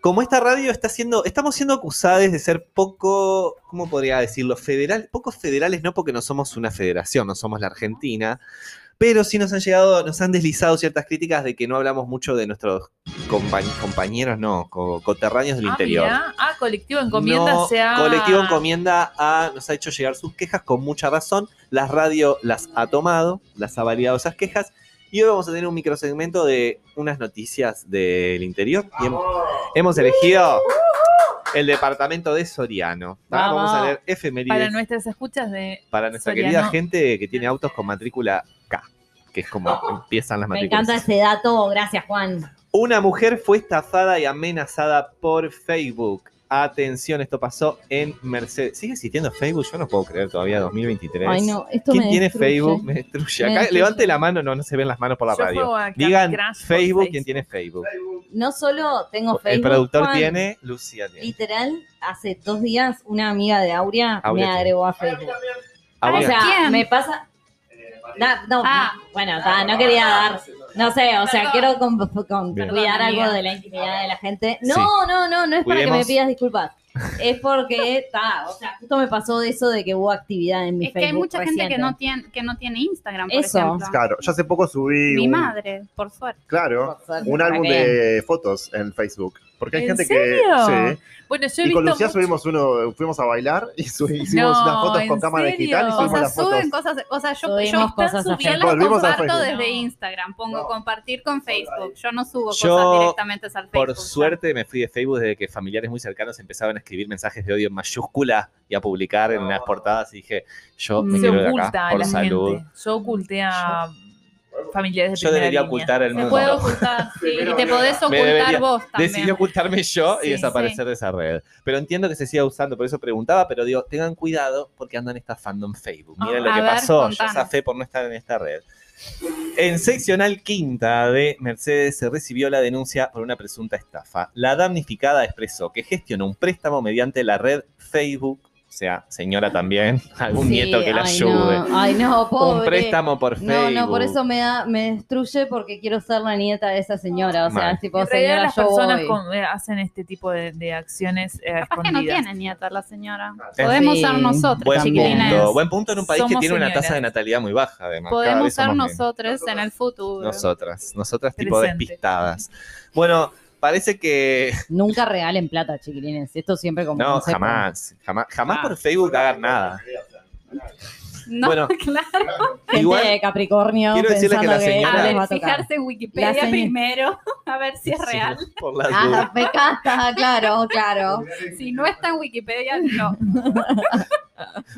S4: Como esta radio está siendo, estamos siendo acusados de ser poco, ¿cómo podría decirlo? Federal, pocos federales, no porque no somos una federación, no somos la Argentina, pero sí nos han llegado, nos han deslizado ciertas críticas de que no hablamos mucho de nuestros compañ- compañeros, no, co- coterráneos del
S3: Ah,
S4: interior.
S3: mirá. Ah, Colectivo Encomienda
S4: No,
S3: sea.
S4: Colectivo Encomienda ha- nos ha hecho llegar sus quejas con mucha razón. Las radio las ha tomado, las ha validado esas quejas. Y hoy vamos a tener un microsegmento de unas noticias del interior. Y hem- hemos elegido el departamento de Soriano. ¿tá? Vamos a
S2: Vamos.
S4: leer efemérides
S3: Para
S4: para,
S3: nuestras escuchas de.
S4: nuestra
S3: Soriano.
S4: querida gente que tiene autos con matrícula K, que es como empiezan las
S2: Me
S4: matrículas.
S2: encanta ese dato, gracias Juan.
S4: Una mujer fue estafada y amenazada por Facebook. Atención, esto pasó en Mercedes. ¿Sigue existiendo Facebook? Yo no puedo creer todavía, 2023.
S2: Ay, no, esto
S4: ¿Quién
S2: me
S4: tiene
S2: destruye.
S4: Facebook? Me destruye.
S2: Me
S4: Acá
S2: destruye.
S4: levante la mano, no, no se ven las manos por la
S3: Yo
S4: radio.
S3: juego a Candy
S4: Digan
S3: Crush por
S4: Facebook, ¿quién tiene Facebook?
S2: No solo tengo Facebook.
S4: El productor
S2: Juan,
S4: tiene, Lucía tiene.
S2: Literal, hace dos días una amiga de Aurea,
S4: Aurea
S2: me
S4: tiene.
S2: agregó a Facebook.
S4: Ah,
S2: O
S4: bueno.
S2: sea,
S5: ¿Quién?
S2: me pasa. da- no,
S5: Ah.
S2: bueno, ta, no quería dar. No sé, o sea,
S5: Perdón.
S2: quiero con- con-
S4: Bien.
S2: cuidar
S5: Perdón, amiga.
S2: algo de la intimidad de la gente. No,
S4: Sí.
S2: no, no, no es para que me
S4: Cuidemos.
S2: pidas disculpas. Es porque, está, o sea, justo me pasó de eso de que hubo actividad en mi
S5: es que
S2: Facebook.
S5: hay mucha gente que
S2: reciente.
S5: no tiene que no tiene Instagram, por
S2: Eso.
S5: ejemplo.
S7: Claro, yo hace poco subí
S5: Mi
S7: un-
S5: madre, por suerte.
S7: claro,
S2: Por suerte,
S7: un
S2: para
S7: álbum
S2: que-
S7: de fotos en Facebook. Porque hay
S3: ¿En
S7: gente
S3: serio?
S7: que. Sí.
S3: Bueno, yo he
S7: Y
S3: visto.
S7: con Lucía
S3: mucho-
S7: subimos uno, fuimos a bailar y su- hicimos
S3: No,
S7: unas fotos
S3: ¿en
S7: con cámara
S3: serio?
S7: digital
S3: O
S7: y
S5: O
S7: subimos
S5: sea,
S7: las fotos.
S5: suben cosas, o sea, yo, yo
S2: Subimos cosas a
S5: yo las
S7: Facebook. Volvimos a
S5: comparto
S7: Facebook.
S5: desde Instagram, pongo
S6: No.
S5: compartir con Facebook. Yo no subo
S4: Yo,
S5: cosas directamente al Facebook.
S4: Por suerte me fui de Facebook desde que familiares muy cercanos empezaban a escribir mensajes de odio en mayúscula y a publicar en las portadas y dije, yo me
S2: Se
S3: Se
S4: quiero ir de
S3: oculta
S4: acá
S3: a
S4: por
S3: la
S4: salud.
S3: gente. Yo oculté a familiares de
S4: Yo
S3: primera
S4: debería
S3: línea.
S4: ocultar el
S5: Te
S4: mundo.
S5: puedo ocultar, sí, y te podés ocultar
S4: debería-
S5: vos también.
S4: Decidí ocultarme yo y
S5: Sí,
S4: desaparecer de esa red. Pero entiendo que se siga usando, por eso preguntaba, pero digo, tengan cuidado porque andan estafando en Facebook. Miren lo
S5: A
S4: que
S5: ver,
S4: pasó,
S5: contanos.
S4: yo zafé por no estar en esta red. En seccional quinta de Mercedes se recibió la denuncia por una presunta estafa. La damnificada expresó que gestionó un préstamo mediante la red Facebook, o sea, señora también, algún
S2: Sí,
S4: nieto que la
S2: ay,
S4: ayude.
S2: no, ay, no, pobre.
S4: Un préstamo por
S2: No,
S4: Facebook.
S2: no, por eso me da, me destruye porque quiero ser la nieta de esa señora. O sea,
S4: Mal.
S2: tipo,
S3: En realidad
S2: señora,
S3: las
S2: yo
S3: personas
S2: voy.
S3: con- eh, hacen este tipo de, de acciones eh,
S5: Capaz que no
S3: escondidas.
S5: tiene nieta la señora.
S4: Sí.
S5: Podemos usar nosotros,
S4: Buen
S5: chiquilines.
S4: punto, buen punto en un país
S3: Somos
S4: que tiene una
S3: señoras.
S4: tasa de natalidad muy baja, además. cada
S5: Podemos
S4: vez
S5: usar
S4: somos menos.
S5: nosotros en el futuro.
S4: Nosotras, nosotras tipo
S3: Presente.
S4: despistadas. Bueno, parece que
S2: Nunca regalen plata, chiquilines. Esto siempre como.
S4: no,
S2: consejo.
S4: jamás, jamás, jamás
S2: Ah.
S4: por Facebook hagan nada.
S5: No,
S4: Bueno,
S5: claro.
S2: Gente
S4: Igual,
S2: de Capricornio.
S4: quiero decirles que la
S2: pensando que
S4: señora-
S5: A
S2: algo les va
S5: ver,
S2: a tocar.
S5: fijarse en Wikipedia
S2: La señora-
S5: primero, a ver si es real.
S4: Sí, por las dudas.
S2: Ah, me encanta, claro, claro.
S5: Si no está en Wikipedia, no.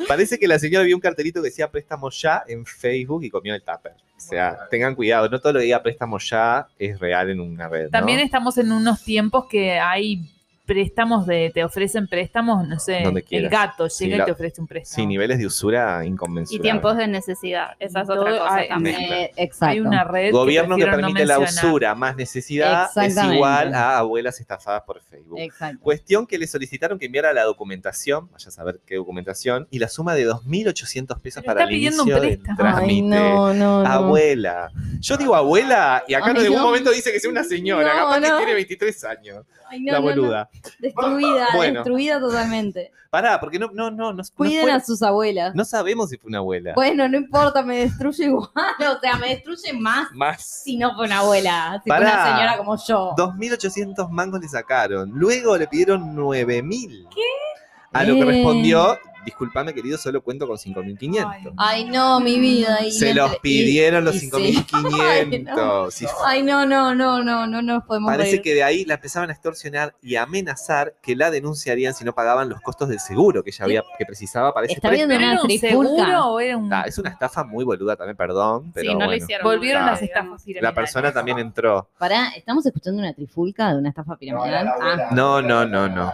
S4: Parece que la señora vio un cartelito que decía préstamo ya en Facebook y comió el tupper. O sea, tengan cuidado, no todo lo que diga préstamo ya es real en una red. ¿no?
S3: También estamos en unos tiempos que hay préstamos de, te ofrecen préstamos, no sé,
S4: Donde
S3: el
S4: quieras.
S3: gato llega
S4: Sí,
S3: y
S4: la-
S3: te ofrece un préstamo.
S4: Sí, niveles de usura
S5: Y
S4: inconmensurables.
S5: tiempos de necesidad, esa es otra
S3: Todo-
S5: cosa
S3: ay,
S5: también.
S4: me-
S2: Eh,
S3: Hay
S2: exacto.
S3: una red
S4: Gobierno que
S3: prefiero no
S4: permite la
S3: mencionar.
S4: usura más necesidad es
S2: Exactamente.
S4: igual a abuelas estafadas por Facebook.
S2: Exacto.
S4: Cuestión que le solicitaron que enviara la documentación, vaya a saber qué documentación, y la suma de 2.800 pesos
S3: Pero
S4: para
S3: está
S4: el
S3: pidiendo
S4: inicio
S3: un
S4: del
S3: préstamo.
S4: trámite.
S2: Ay, no, no, no.
S4: Ah, Abuela. Yo digo abuela y acá
S2: Ay,
S4: en algún
S2: no.
S4: momento dice que es una señora,
S2: No,
S4: capaz
S2: no.
S4: que tiene 23 años.
S2: Ay, no,
S4: la
S2: no, no.
S4: boluda.
S2: Destruida,
S4: Bueno.
S2: destruida totalmente.
S4: Pará, porque no, no, no, no, no
S2: Cuiden
S4: fue-
S2: a sus abuelas.
S4: no sabemos si fue una abuela.
S2: Bueno, no importa, me destruye igual. O sea, me destruye más
S4: Más.
S2: si no fue una abuela, si fue
S4: Pará.
S2: una señora como yo.
S4: 2.800 mangos le sacaron. Luego le pidieron 9.000. ¿Qué? A lo que
S2: Eh.
S4: respondió disculpame querido, solo cuento con 5.500.
S2: Ay, no, mi vida. y
S4: Se
S2: me
S4: los
S2: entre-
S4: pidieron
S2: y-
S4: los
S2: y sí.
S4: 5.500. Y
S2: Ay, no, no, no, no, no nos podemos
S4: Parece
S2: reír.
S4: que de ahí la empezaban a extorsionar y amenazar que la denunciarían si no pagaban los costos del seguro que ella había, que precisaba para ese
S2: Está
S4: préstamo.
S2: viendo
S3: ¿Pero
S2: una
S3: era un
S2: trifulca.
S3: seguro o era un...?
S4: Ah, es una estafa muy boluda también, perdón, pero
S5: sí, no
S4: bueno.
S5: lo hicieron.
S3: Volvieron
S5: mal,
S3: las
S5: digamos.
S3: estafas
S4: la
S3: piramidales.
S4: persona también entró.
S2: Pará, estamos escuchando una trifulca de una estafa piramidal. Ah,
S4: No, no, no, no.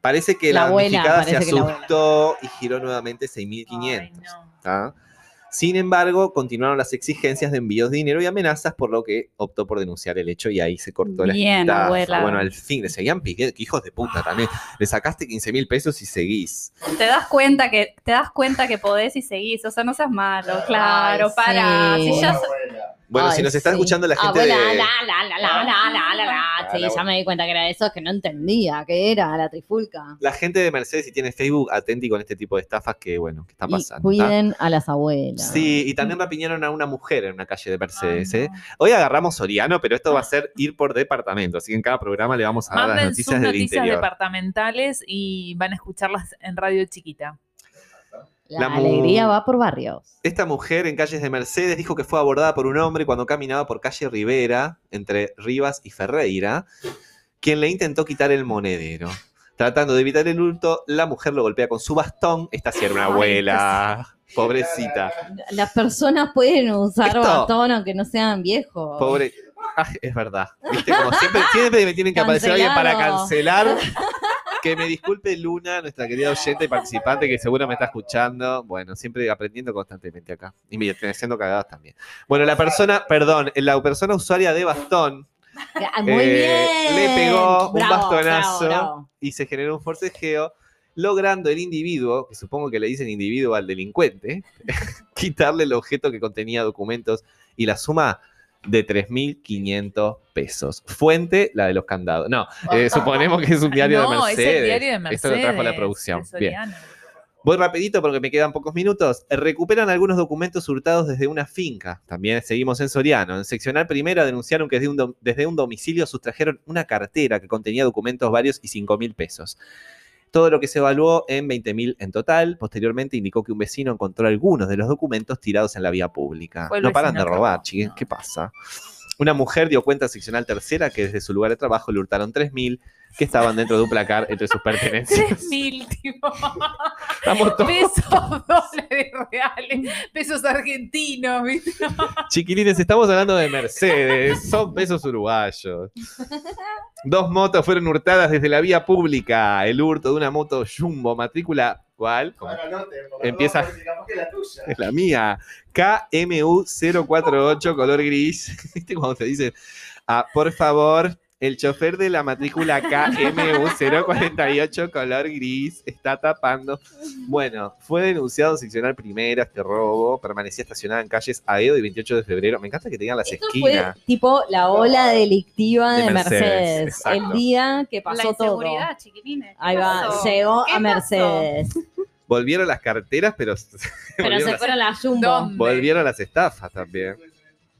S4: Parece que la,
S2: La abuela,
S4: damnificada se
S2: parece que la abuela.
S4: asustó y giró nuevamente
S3: Ay,
S4: 6.500.
S3: no.
S4: ¿tá? Sin embargo, continuaron las exigencias de envíos de dinero y amenazas, por lo que optó por denunciar el hecho y ahí se cortó
S5: Bien,
S4: la estafa.
S5: abuela.
S4: Bueno, al fin, le seguían pidiendo, que hijos de puta también. Le sacaste 15 mil pesos y seguís.
S5: Te das cuenta que te das cuenta que podés y seguís, o sea, no seas malo, claro,
S2: Ay,
S5: pará.
S2: sí.
S5: Si ya
S4: Bueno,
S2: ay,
S4: si nos está
S2: sí.
S4: escuchando la gente
S2: Abuela,
S4: de...
S2: la, la, la, la, la, la, la, la. Sí,
S4: Ah, la
S2: ya me di cuenta que era eso, que no entendía que era la trifulca.
S4: La gente de Mercedes, si tiene Facebook, atenti con este tipo de estafas que, bueno, que está
S2: Y
S4: pasando. ¿tá?
S2: cuiden a las abuelas.
S4: Sí, y también rapiñaron a una mujer en una calle de
S3: Ay,
S4: Mercedes. ¿eh?
S3: no.
S4: Hoy agarramos Soriano, pero esto va a ser ir por departamento. Así que en cada programa le vamos a dar las
S3: Manden
S4: noticias
S3: sus
S4: del
S3: noticias
S4: interior.
S3: departamentales y van a escucharlas en Radio Chiquita.
S2: La,
S4: La mu-
S2: alegría va por barrios.
S4: Esta mujer en calles de Mercedes dijo que fue abordada por un hombre cuando caminaba por calle Rivera, entre Rivas y Ferreira, quien le intentó quitar el monedero. Tratando de evitar el hurto, la mujer lo golpea con su bastón. Esta sí era una
S3: Ay,
S4: abuela. Pobrecita.
S2: Las personas pueden usar
S4: Esto-
S2: bastón aunque no sean viejos.
S4: Pobre. Ah, es verdad. ¿Viste? Como siempre, siempre me tienen que aparecer alguien para
S2: Cancelado.
S4: cancelar. Que me disculpe Luna, nuestra querida oyente y participante que seguro me está escuchando. Bueno, siempre aprendiendo constantemente acá. Y me estoy haciendo cagadas también. Bueno, la persona, perdón, la persona usuaria de bastón
S2: Ah, Muy
S4: Eh,
S2: bien.
S4: le pegó un
S2: Bravo,
S4: bastonazo.
S2: bravo, bravo.
S4: y se generó un forcejeo, logrando el individuo, que supongo que le dicen individuo al delincuente, quitarle el objeto que contenía documentos y la suma de 3.500 pesos. Fuente, la de los candados. No, eh, suponemos que es un diario de
S3: No, es
S4: Mercedes.
S3: el diario de
S4: Esto lo trajo la
S3: Mercedes,
S4: producción.
S3: de
S4: Bien.
S3: Soriano.
S4: Voy rapidito porque me quedan pocos minutos. Eh, Recuperan algunos documentos hurtados desde una finca. También seguimos en Soriano. En seccional primera denunciaron que desde un, dom- desde un domicilio sustrajeron una cartera que contenía documentos varios y 5 mil pesos. Todo lo que se evaluó en 20 mil en total. Posteriormente indicó que un vecino encontró algunos de los documentos tirados en la vía pública.
S3: Fue el
S4: No paran de
S3: vecino que
S4: robar,
S3: robó.
S4: chiquen. ¿Qué pasa? Una mujer dio cuenta a seccional tercera que desde su lugar de trabajo le hurtaron 3 mil que estaban dentro de un placar entre sus pertenencias.
S3: 3.000, tipo.
S4: Estamos todos-
S3: Pesos dólares reales, pesos argentinos, ¿viste?
S4: Chiquilines, estamos hablando de Mercedes, son pesos uruguayos. Dos motos fueron hurtadas desde la vía pública. El hurto de una moto Jumbo, matrícula, ¿cuál? Como Empieza- es la mía. KMU 048, color gris. ¿Viste cuando te dicen, ah, por favor, el chofer de la matrícula KMU 048, color gris, está tapando? Bueno, fue denunciado en seccional primera este robo. Permanecía estacionada en calles Aedo y 28 de febrero. Me encanta que tengan las
S2: Esto fue
S4: esquinas.
S2: tipo la ola delictiva de,
S4: De Mercedes,
S2: Mercedes.
S4: exacto.
S2: el día que
S5: la
S2: pasó todo.
S5: inseguridad, chiquilines. ¿qué
S2: Ahí va,
S5: pasó?
S2: llegó
S5: ¿Qué
S2: a
S5: pasó?
S2: Mercedes.
S4: Volvieron las carteras, pero,
S2: Pero
S4: volvieron,
S2: se
S4: las,
S2: fueron las Jumbo.
S3: ¿Dónde?
S4: volvieron las estafas también.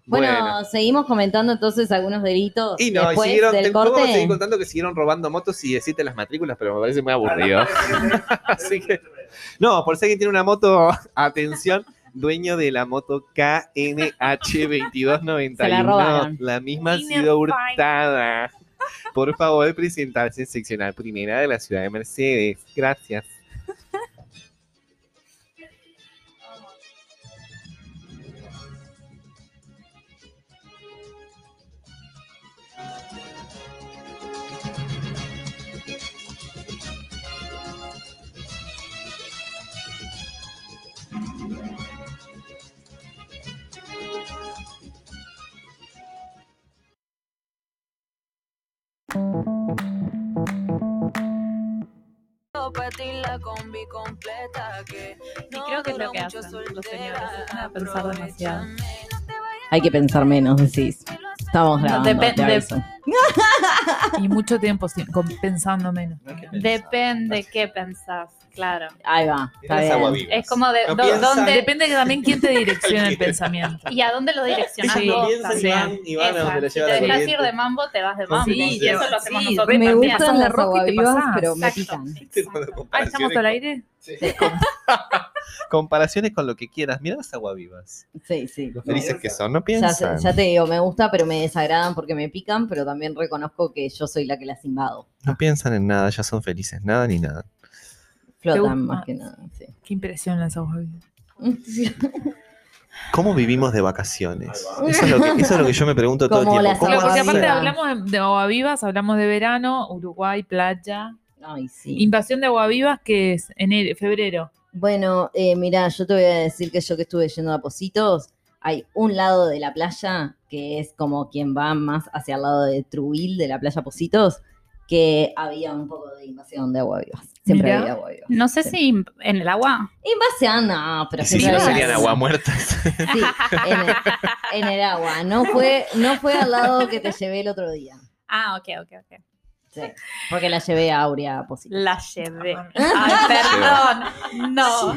S2: Bueno, seguimos comentando entonces algunos delitos.
S4: Y no, y
S2: después
S4: siguieron, te-
S2: del
S4: ¿cómo vamos a seguir
S2: corte.
S4: contando que siguieron robando motos y decirte las matrículas? Pero me parece muy aburrido. Así que- No, por si alguien tiene una moto, atención, dueño de la moto
S2: Se la
S4: KNH2291.
S2: robaron.
S4: La misma ha
S3: Dinner
S4: sido
S3: fine.
S4: hurtada. Por favor, presentarse en seccional primera de la ciudad de Mercedes. Gracias.
S5: Y creo que es lo que hacen los señores, es una pensar demasiado.
S2: Hay que pensar menos, decís. estamos grabando.
S5: Depe-
S2: te
S5: de-
S2: aviso.
S3: Y mucho tiempo sin- con- pensando menos.
S4: No hay que pensar.
S5: Depende qué pensás, claro.
S2: Ahí va. Está
S4: Las
S2: bien.
S4: aguavivas.
S5: Es como de
S4: No
S5: do-
S4: piensan.
S5: dónde
S3: Depende también quién te direcciona el pensamiento.
S5: y a dónde lo direccionás
S3: Sí,
S5: vos
S3: piensan y
S5: también.
S3: van-
S4: y van a
S5: Esa,
S4: donde le
S5: si
S4: lleva
S5: te
S4: la
S5: dejas
S4: corriente.
S5: ir de mambo, te vas de mambo.
S4: Sí,
S5: y eso lo hacemos
S3: sí,
S5: nosotros.
S3: me
S2: Me
S5: también.
S3: gusta
S2: gustan
S3: la
S2: las
S3: roca y te
S2: aguavivas,
S3: pasás.
S2: pero me
S5: Exacto.
S2: pican.
S3: Ah, ¿estamos al aire?
S4: Comparaciones con lo que quieras. Mirá las aguavivas.
S2: Sí, sí.
S4: Lo felices que son, no
S2: Ya,
S4: piensan.
S2: ya te digo, me gusta, pero me desagradan porque me pican, pero también reconozco que yo soy la que las invado.
S4: No piensan en nada, ya son felices. Nada ni nada.
S3: gusta?
S2: Flotan más que nada. sí.
S3: Qué impresión las aguavivas.
S4: ¿Cómo vivimos de vacaciones? Eso es lo que, eso es lo que yo me pregunto todo el
S2: Como
S4: tiempo.
S2: las
S4: ¿Cómo
S3: Claro, porque
S2: aguavivas.
S4: hacen?
S3: aparte hablamos de- de aguavivas, hablamos de verano, Uruguay, playa.
S2: Ay, sí.
S3: Invasión de aguavivas que es enero, febrero.
S2: Bueno, eh, mira, yo te voy a decir que yo que estuve yendo a Positos, hay un lado de la playa que es como quien va más hacia el lado de Trubil, de la playa Positos, que había un poco de invasión de aguavivas. Siempre
S3: Mirá.
S2: había aguavivas.
S5: No sé
S2: Sí.
S5: si en el agua.
S2: Invasión, no, pero
S4: Y si
S2: siempre
S4: no
S2: había
S4: serían
S2: algo.
S4: agua muertas.
S2: Sí, en el, en el agua. No fue, no fue al lado que te llevé el otro día.
S5: Ah, ok, ok, ok.
S2: Sí, porque la llevé a Aurea a Positos.
S5: La
S3: Ah,
S5: llevé.
S2: Ah,
S5: Ay, perdón. No.
S4: No,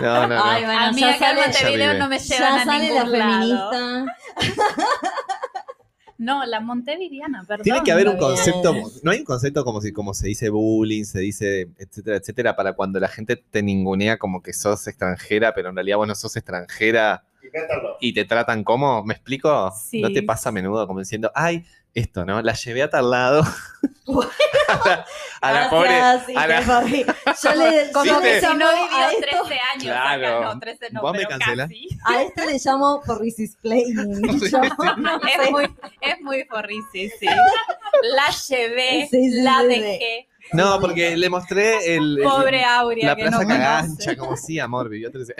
S4: no, no.
S2: Ay, bueno,
S5: Amiga,
S2: ya sale,
S5: cálmate,
S4: Ya
S5: video
S4: vive.
S5: no me llevan
S2: ya
S5: a
S2: sale la
S5: ningún lado.
S2: feminista.
S5: No, la Montevideana, perdón.
S4: Tiene que haber un
S2: Está bien.
S4: concepto, no hay un concepto como si como se dice bullying, se dice etcétera, etcétera, para cuando la gente te ningunea como que sos extranjera, pero en realidad vos no sos extranjera y te tratan como, ¿me explico?
S5: Sí.
S4: No te pasa a menudo como diciendo, ay, esto, ¿no? La llevé a tal lado. a la, a la pobre.
S2: Gracias, Ah, sí,
S4: a la-
S2: que papi. Yo le como
S4: ¿Viste?
S2: que
S5: Si
S2: llamo
S5: no
S2: a
S5: vivió
S2: esto,
S5: 13 años
S4: Claro.
S5: acá, no, 13 no,
S4: Vos me
S5: pero
S4: cancelás.
S5: casi.
S2: a esto le llamo por
S4: Este,
S2: resisplaining. Yo no
S5: Es
S2: sé.
S5: muy, es muy forrí, sí, sí. La llevé,
S2: Sí, sí,
S5: la
S2: sí, sí.
S5: dejé.
S4: No, porque le mostré el, el-
S5: Pobre Aurea
S4: la
S5: que no
S4: plaza
S5: conoce.
S4: cagancha, como sí, amor, vivió 13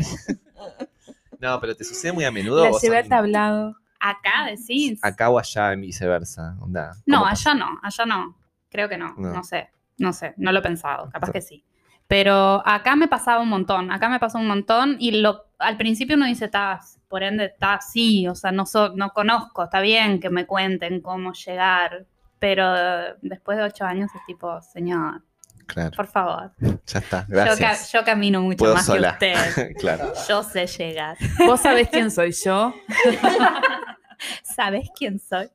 S4: No, pero te sucede muy a menudo.
S3: La
S4: vos
S3: llevé
S4: a mí.
S3: al tablado.
S5: Acá decís.
S4: acá o allá, y viceversa. Onda,
S5: No,
S4: ¿cómo
S5: allá no, allá no. Creo que no,
S4: No.
S5: no, sé, no sé, no lo he pensado, capaz que sí. Pero acá me pasaba un montón, acá me pasó un montón y lo, al principio uno dice, estás, por ende, está sí, o sea, no, so- no conozco, está bien que me cuenten cómo llegar, pero eh, después de ocho años es tipo, señor,
S4: Claro,
S5: por favor,
S4: ya está.
S5: yo, ca-
S4: Gracias.
S5: yo camino mucho
S4: Puedo
S5: más
S4: sola.
S5: que usted,
S4: claro.
S5: yo sé llegar,
S3: Vos sabés quién soy yo.
S5: ¿sabes quién soy?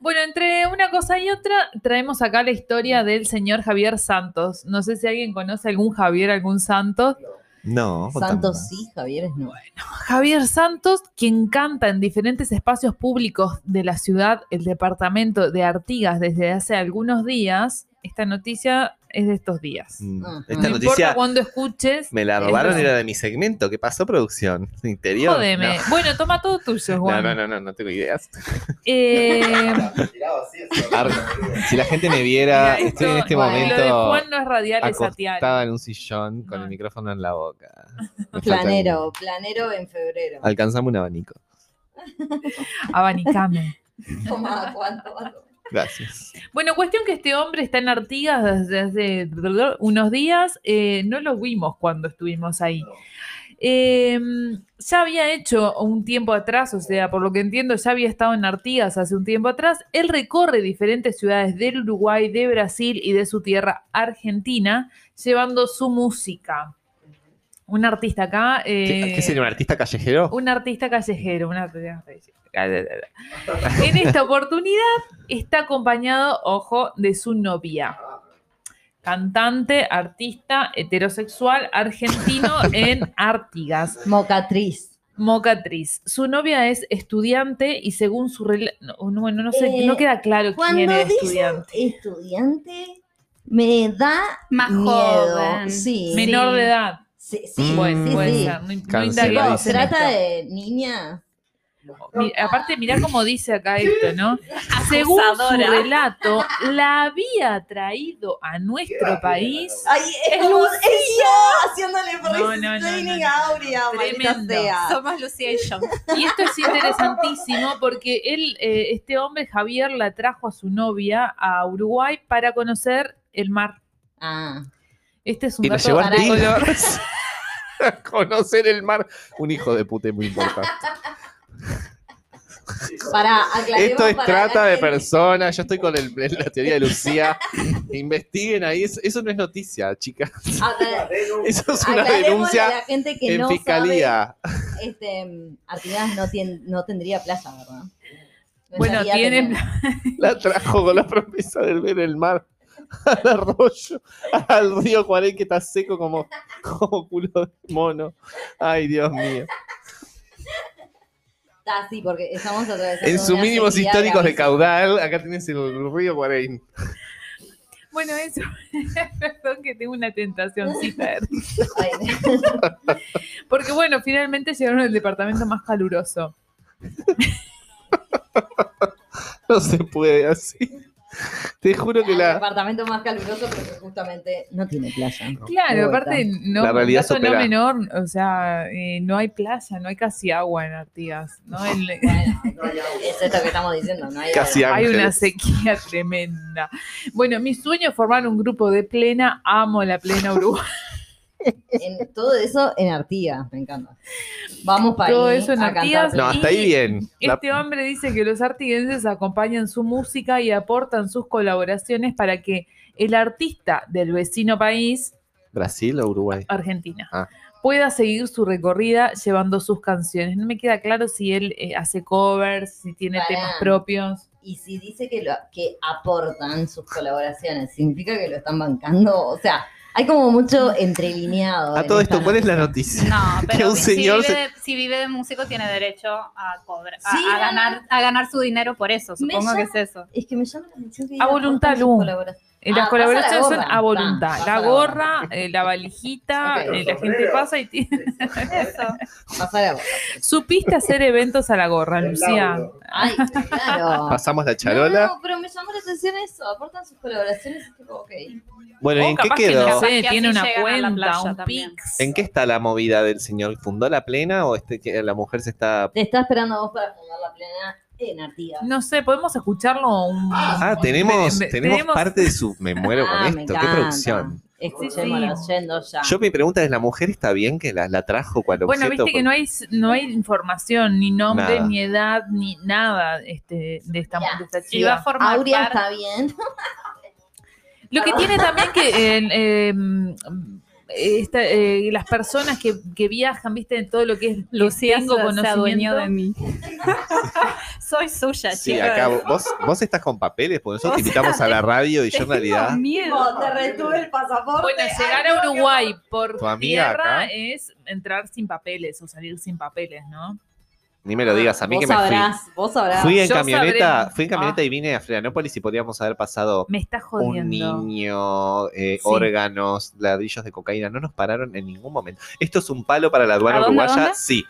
S3: Bueno, entre una cosa y otra, traemos acá la historia del señor Javier Santos. No sé si alguien conoce algún Javier, algún Santos.
S4: No, contame
S2: Santos
S4: más.
S2: sí, Javier es no.
S3: Javier Santos, quien canta en diferentes espacios públicos de la ciudad, el departamento de Artigas desde hace algunos días. Esta noticia es de estos días.
S4: Mm,
S2: Ajá.
S4: Esta
S3: no importa
S4: noticia
S3: cuándo escuches.
S4: me la
S3: es
S4: robaron,
S3: de-
S4: era de mi segmento. ¿Qué pasó, producción? Interior.
S3: Jódeme. Bueno, toma todo tuyo,
S4: No. No,
S3: Juan.
S4: no, no, no, no tengo ideas.
S3: Eh,
S4: Ar- Si la gente me viera,
S3: Mira,
S4: estoy
S3: esto-
S4: en este
S2: bueno,
S3: Lo de
S4: momento
S3: Juan no es radial, es satial.
S4: acostada en un sillón con
S3: No.
S4: el micrófono en la boca. Me falta
S2: Planero, planero en febrero.
S4: un- Alcanzame un abanico.
S3: Abanicame.
S2: Toma, ¿cuánto?
S4: Gracias.
S3: Bueno, cuestión que este hombre está en Artigas desde hace unos días. eh, no lo vimos cuando estuvimos ahí. Eh, ya había hecho un tiempo atrás, o sea, por lo que entiendo, ya había estado en Artigas hace un tiempo atrás. Él recorre diferentes ciudades del Uruguay, de Brasil y de su tierra Argentina, llevando su música. Un artista acá.
S4: ¿Qué,
S3: eh, uh,
S4: qué sería un artista callejero?
S3: un artista callejero, un artista callejero. En esta oportunidad está acompañado, ojo, de su novia. Cantante, artista, heterosexual, argentino en Artigas.
S2: Mocatriz.
S3: Mocatriz. Su novia es estudiante y según su rela- no, no, no, no sé,
S2: Eh,
S3: no queda claro quién
S2: Cuando
S3: es
S2: dicen
S3: estudiante.
S2: estudiante, me da
S5: Más
S2: miedo.
S5: Ah, joven.
S2: Sí.
S5: Me-
S3: Menor
S5: sí.
S3: de edad.
S2: Sí, sí,
S4: Mm,
S3: Bueno,
S2: sí,
S3: puede
S2: sí.
S3: ser. No, no
S4: Canceladísimo.
S3: indaguemos
S2: Chicos,
S3: en
S2: trata
S3: esto.
S2: de niña.
S3: Mi- aparte, mirá cómo dice acá esto, ¿no? Según su
S5: Acusadora.
S3: relato, la había traído a nuestro país.
S2: Ay, es, como, es yo haciéndole por
S3: No,
S2: ese
S3: no, no,
S2: training
S3: no, no.
S2: a Aurea, maldita
S3: Tremendo.
S2: sea.
S5: Somos Lucía y yo.
S3: Y esto es interesantísimo porque él, eh, este hombre, Javier, la trajo a su novia a Uruguay para conocer el mar.
S2: Ah,
S3: Este es un
S4: Y lo
S3: dato
S4: llevó a
S2: barato.
S4: Artigas. a conocer el mar. Un hijo de pute muy importante.
S2: Para aclarar.
S4: Esto es trata de personas. Yo estoy con el- la teoría de Lucía. Investiguen ahí. Eso, eso no es noticia, chicas. Eso es una
S2: la
S4: denuncia
S2: gente que
S4: en
S2: no
S4: fiscalía.
S2: sabe, este, mm, Artigas no, tien- no tendría playa, ¿verdad? No
S3: Bueno,
S2: sabía
S3: tiene
S2: tener-
S4: La trajo con la promesa de ver el mar al arroyo, al río Juárez que está seco como, como culo de mono. Ay, Dios mío.
S2: Está así, Ah, porque estamos atravesando
S4: En sus
S2: una
S4: mínimos
S2: sequía
S4: históricos de
S2: gravísima.
S4: caudal, acá tienes el río Guarein.
S3: Bueno, eso. Perdón que tengo una tentacioncita.
S2: Ay,
S3: Porque bueno, finalmente llegaron al departamento más caluroso.
S4: No se puede así. Te juro que
S2: El
S4: la,
S2: departamento más caluroso, pero que justamente no tiene playa.
S3: Claro,
S2: De vuelta.
S3: aparte, no,
S4: La
S3: un
S4: realidad
S3: dato no
S4: supera.
S3: menor, o sea, eh, no hay playa, no hay casi agua en Artigas. ¿no? El-
S2: Bueno, es esto que estamos diciendo, ¿no? Hay
S4: casi
S3: hay
S4: ángel.
S3: una sequía tremenda. Bueno, mi sueño es formar un grupo de plena, amo la plena Uruguay.
S2: En, todo eso en Artigas, me encanta. Vamos para
S3: Todo
S2: ahí
S3: eso en
S2: a cantar
S3: Artigas.
S4: No, hasta ahí bien. La-
S3: Este hombre dice que los artiguenses acompañan su música y aportan sus colaboraciones para que el artista del vecino país
S4: ¿Brasil o Uruguay?
S3: Argentina.
S4: Ah.
S3: Pueda seguir su recorrida llevando sus canciones. No me queda claro si él eh, hace covers, si tiene
S2: Pará.
S3: temas propios.
S2: Y si dice que, lo, que aportan sus colaboraciones, ¿significa que lo están bancando? O sea, hay como mucho entrelineado.
S4: A
S2: en
S4: todo
S2: esta
S4: esto, ¿cuál es la noticia?
S5: No, pero
S4: un
S5: si,
S4: señor
S5: vive
S4: se-
S5: de, si vive de músico tiene derecho a cobrar, a-
S2: Sí,
S5: a,
S2: no,
S5: ganar, a ganar su dinero por eso,
S2: Me
S5: supongo que es
S2: llama-
S5: eso.
S2: Es que me llama la atención que
S3: A voluntad, Lu. Eh,
S2: Ah,
S3: Las
S2: pasa
S3: colaboraciones
S2: la
S3: son
S2: gorra.
S3: a voluntad.
S2: Va, pasa
S3: la
S2: la gorra.
S3: gorra, eh, la valijita,
S2: Ok.
S3: eh, la gente pasa y tiene.
S5: Eso.
S2: Pasar
S3: Supiste hacer eventos a la gorra,
S6: El
S3: Lucía.
S6: laudo.
S2: Ay, claro.
S4: Pasamos la charola.
S2: No, pero me llamó la atención eso. Aportan sus colaboraciones. es tipo, Ok.
S4: Bueno, ¿y
S3: O
S4: ¿en qué
S3: Oh, capaz que
S4: quedó?
S3: no
S5: Capaz
S3: sé,
S5: que
S3: tiene
S5: así
S3: una
S5: llegan a la
S3: cuenta,
S5: playa
S3: un
S5: también.
S3: pix.
S4: ¿En qué está la movida del señor? ¿Fundó la plena o este, que la mujer se está...
S2: Te está esperando a vos para fundar la plena en Artigas.
S3: No sé, podemos escucharlo un.
S4: Ah, tenemos,
S3: Ve- ve-
S4: tenemos parte de su... Me muero con
S2: Ah, me
S4: esto, qué
S2: encanta.
S4: producción.
S2: Escuchémosla, yendo ya.
S4: Yo mi pregunta es, ¿la mujer está bien que la, la trajo cuando
S3: Bueno, viste que no hay, no hay información, ni nombre,
S4: Nada.
S3: ni edad, ni nada este, de, esta,
S2: Ya.
S3: de esta chica.
S5: Y va a formar
S2: Aurea
S5: parte-
S2: está bien.
S3: Lo que tiene también que eh, eh, mm, esta- eh, las personas que, que viajan, viste, en todo lo que es
S5: Lucía
S3: tengo
S5: se, se adueñó
S3: conocimiento.
S5: de mí. Soy suya,
S4: Sí,
S5: chicos.
S4: acá vos, vos estás con papeles, porque nosotros te
S5: O sea,
S4: invitamos a la radio y yo en
S5: Tengo
S4: realidad...
S5: miedo.
S2: te retuve el pasaporte.
S3: Bueno, llegar a Uruguay por
S4: Tu amiga
S3: tierra
S4: acá.
S3: es entrar sin papeles o salir sin papeles, ¿no?
S4: Ni me lo digas, a mí
S2: vos
S4: que me fui.
S2: sabrás, Vos sabrás.
S4: Fui en
S3: Yo
S4: camioneta,
S3: sabré.
S4: fui en camioneta y vine a Florianópolis y podríamos haber pasado
S3: Me está
S4: un
S3: jodiendo.
S4: niño, eh,
S3: Sí.
S4: órganos, ladrillos de cocaína. No nos pararon en ningún momento. Esto es un palo para la aduana
S5: ¿A dónde,
S4: uruguaya,
S5: dónde?
S4: sí.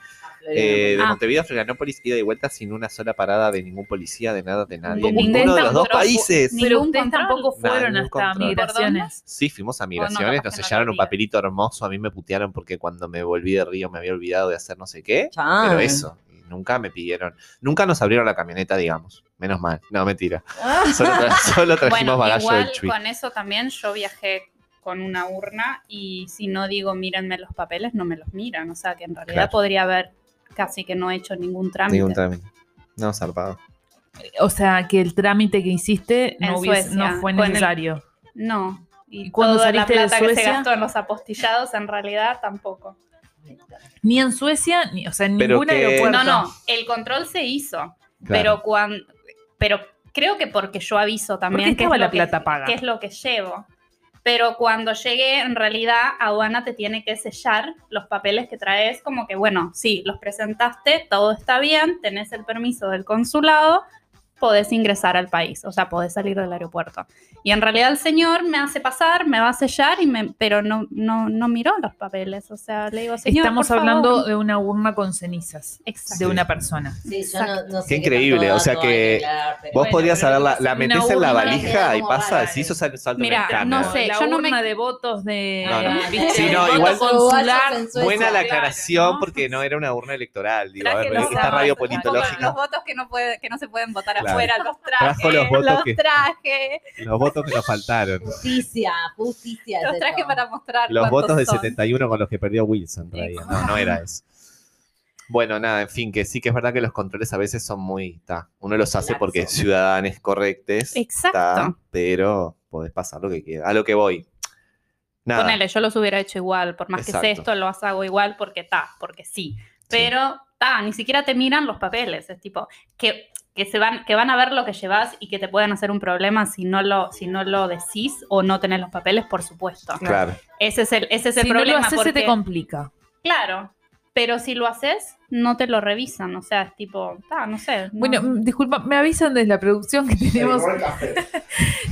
S4: Eh, de
S5: Ah.
S4: Montevideo a Florianópolis, ida y vuelta sin una sola parada de ningún policía, de nada, de nadie.
S3: Ustedes
S4: Ninguno de los dos
S5: tampoco-
S4: países.
S5: ni-
S3: Pero
S5: Ningún
S3: ustedes
S5: control.
S3: tampoco fueron
S4: Nada, ningún
S3: hasta
S4: control.
S3: migraciones.
S4: Sí, fuimos a
S5: Oh, no,
S4: migraciones,
S5: capaz
S4: nos
S5: que no
S4: sellaron
S5: lo
S4: un
S5: digas.
S4: papelito hermoso. A mí me putearon porque cuando me volví de Río me había olvidado de hacer no sé qué.
S2: Chan.
S4: Pero eso, y nunca me pidieron, nunca nos abrieron la camioneta, digamos. Menos mal. No, mentira.
S8: Ah.
S4: Solo, tra- solo trajimos
S5: Bueno,
S4: bagaje
S5: igual
S4: del Chuy.
S5: con eso también yo viajé con una urna y si no digo mírenme los papeles, no me los miran. O sea que en realidad
S4: Claro.
S5: podría haber casi que no hecho ningún trámite.
S4: Ningún trámite. No, zarpado.
S3: O sea, que el trámite que hiciste
S5: En
S3: no, hubiese-
S5: Suecia,
S3: no fue
S5: con el-
S3: necesario.
S5: No. Y,
S3: ¿Y cuándo
S5: toda
S3: saliste de
S5: la plata que se
S3: Suecia?
S5: gastó en los apostillados en realidad tampoco.
S3: Ni en Suecia, ni, o sea, en
S4: Pero
S3: ningún
S4: que-
S3: aeropuerto.
S5: No, no, el control se hizo,
S4: Claro.
S5: pero cuando pero creo que porque yo aviso también
S3: Porque
S5: qué es
S3: estaba
S5: lo
S3: la plata paga.
S5: qué es lo que llevo. Pero cuando llegué, en realidad, aduana te tiene que sellar los papeles que traes, como que, bueno, sí, los presentaste, todo está bien, tenés el permiso del consulado, podés ingresar al país, o sea, podés salir del aeropuerto. Y en realidad el señor me hace pasar, me va a sellar, y me, pero no, no, no miró los papeles, o sea, le digo, señor,
S3: Estamos
S5: por
S3: hablando
S5: favor".
S3: de una urna con cenizas
S5: Exacto.
S3: de una persona.
S2: Sí, yo no, no sé
S4: Qué
S2: tanto
S4: increíble, o sea
S2: dato hay
S4: que
S2: aclarar, pero
S4: Vos
S2: bueno,
S4: podrías
S2: pero-
S4: saberla, la
S3: una
S4: metés en la
S3: urna
S4: valija
S2: queda
S4: y
S2: como
S4: pasa,
S2: rara,
S4: si
S2: ¿eh?
S4: hizo sal- salto
S5: Mirá,
S4: americano.
S5: no sé,
S3: la
S5: yo no
S3: urna
S5: me-
S3: de votos de
S4: No, no.
S3: ¿viste?
S4: Sí, no,
S3: El voto
S4: igual-
S3: consular.
S2: Uruguayos en Suecia.
S4: Buena la
S3: Claro,
S4: aclaración
S3: ¿no?
S4: porque no era una urna electoral. Digo, a
S5: Traje
S4: ver,
S5: los
S4: esta
S5: votos,
S4: radio
S5: tampoco
S4: politológica,
S5: Los votos que no, puede, que no se pueden votar
S4: Claro.
S5: afuera,
S4: Trajo
S5: los traje,
S4: los
S5: los,
S4: votos que-
S5: traje,
S4: los votos que nos faltaron.
S2: Justicia, justicia. es
S5: los traje
S2: esto.
S5: para mostrar
S4: Los
S5: cuántos
S4: votos de
S5: son.
S4: 71 con los que perdió Wilson traía. No, no era eso.
S8: Bueno, nada, en fin, que sí que es verdad que los controles a veces son muy. ta, uno los hace porque ciudadanos correctes.
S5: Exacto.
S8: ta, pero podés pasar lo que quieras. A lo que voy. Nada.
S5: Ponele, yo los hubiera hecho igual, por más que sé
S8: Exacto.
S5: esto, los hago igual porque ta, porque sí. Pero ta, ni siquiera te miran los papeles, es tipo que, que se van que van a ver lo que llevas y que te pueden hacer un problema si no lo si no lo decís o no tenés los papeles, por supuesto.
S8: Claro.
S5: Ese es el ese es el
S3: si
S5: problema
S3: no lo haces, se te
S5: porque-
S3: complica.
S5: claro. Pero si lo haces, no te lo revisan, o sea, es tipo, ta, no sé. no-
S3: Bueno, mm, disculpa, me avisan desde la producción que tenemos.
S7: Llegó el café.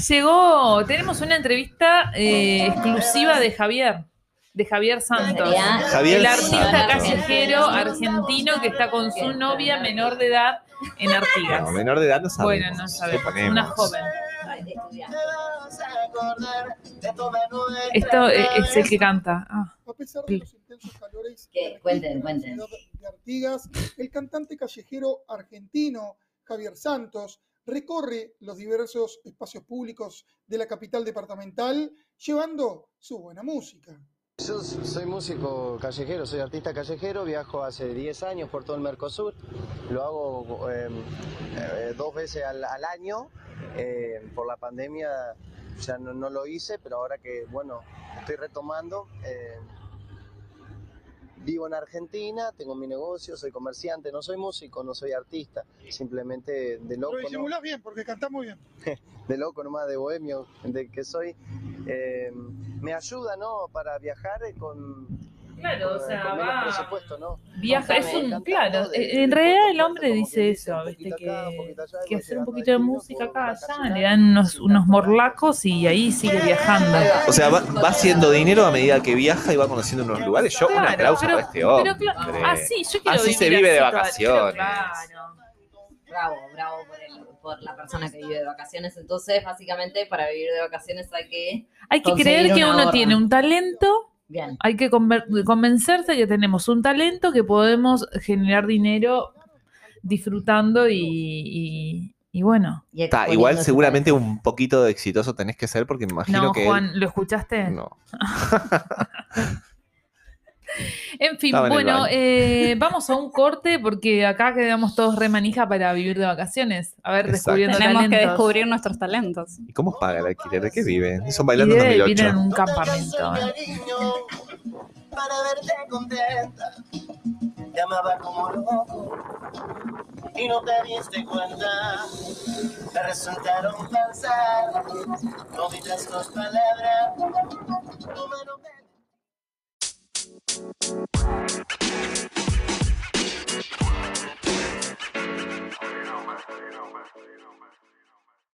S3: Llegó, tenemos una entrevista eh, exclusiva de Javier, de Javier Santos.
S2: Sería-
S8: Javier
S3: El artista
S8: Santos.
S3: callejero argentino que está con su novia menor de edad en Artigas.
S8: No, menor de edad no sabemos.
S3: Bueno, no
S8: ¿Qué
S3: sabemos,
S8: ponemos?
S3: una joven. Esto eh, es el que canta. Ah,
S9: A pesar de los intensos calores
S2: Que
S9: que
S2: cuenten,
S9: registran
S2: cuenten.
S9: la ciudad de Artigas, el cantante callejero argentino Javier Santos recorre los diversos espacios públicos de la capital departamental llevando su buena música.
S4: Yo soy músico callejero, soy artista callejero, viajo hace 10 años por todo el Mercosur, lo hago eh, eh, dos veces al, al año, eh, por la pandemia ya no, no lo hice, pero ahora que, bueno, estoy retomando, eh, vivo en Argentina, tengo mi negocio, soy comerciante, no soy músico, no soy artista, simplemente de loco.
S9: Lo
S4: ¿no?
S9: disimulás bien porque cantás muy bien.
S4: de loco nomás, de bohemio, de que soy. eh, me ayuda, ¿no? Para viajar eh, con.
S3: Claro, o
S4: con-
S3: sea,
S4: con menos
S3: va-
S4: presupuesto, ¿no?
S3: viaja, es
S4: Me
S3: un,
S4: encanta
S3: claro,
S4: todo de-
S3: en en
S4: de
S3: realidad
S4: puerto
S3: el
S4: a
S3: hombre
S4: puerto, como
S3: dice
S4: quien
S3: eso,
S4: un
S3: viste,
S4: poquito acá, un
S3: que,
S4: poquito allá, y
S3: que
S4: voy
S3: hacer un
S4: llegando
S3: poquito de
S4: destino,
S3: música
S4: puedo
S3: acá, allá,
S4: vacacionar.
S3: le dan unos, unos morlacos y ahí sigue viajando.
S8: O sea, va, va haciendo dinero a medida que viaja y va conociendo unos lugares. Yo, un
S3: Claro,
S8: aplauso
S3: pero-
S8: para este hombre.
S3: Pero claro, así, yo quiero
S8: Así se
S3: vivir
S8: vive de
S3: así toda-
S8: vacaciones.
S3: claro.
S2: Bravo, bravo por, el- por la persona que vive de vacaciones. Entonces, básicamente, para vivir de vacaciones hay que.
S3: Hay que
S2: Conseguir
S3: creer que
S2: una
S3: uno
S2: gorra.
S3: tiene un talento,
S2: Bien.
S3: hay que conver- convencerse que tenemos un talento, que podemos generar dinero disfrutando y, y- y bueno.
S2: y
S8: Ta,
S2: exponiéndose
S8: igual
S2: para-
S8: seguramente un poquito de exitoso tenés que ser porque me imagino
S3: No,
S8: que... él-
S3: Juan, ¿lo escuchaste?
S8: No.
S3: En fin,
S8: Estaba en el
S3: bueno,
S8: baño.
S3: eh, vamos a un corte porque acá quedamos todos re manija para vivir de vacaciones. A ver,
S8: Exacto.
S3: descubriendo
S5: tenemos que
S3: talentos.
S5: descubrir nuestros talentos.
S8: ¿Y cómo paga el alquiler? ¿De qué viven?
S3: Y
S8: Son bailando en
S3: debe vivir
S8: 2008.
S3: en un
S4: No te canses,
S3: campamento. ¿eh?
S4: cariño, para verte contenta. Te amaba como loco y no te diste cuenta. Te resultaron falsas, no dices tus palabras. Tú me lo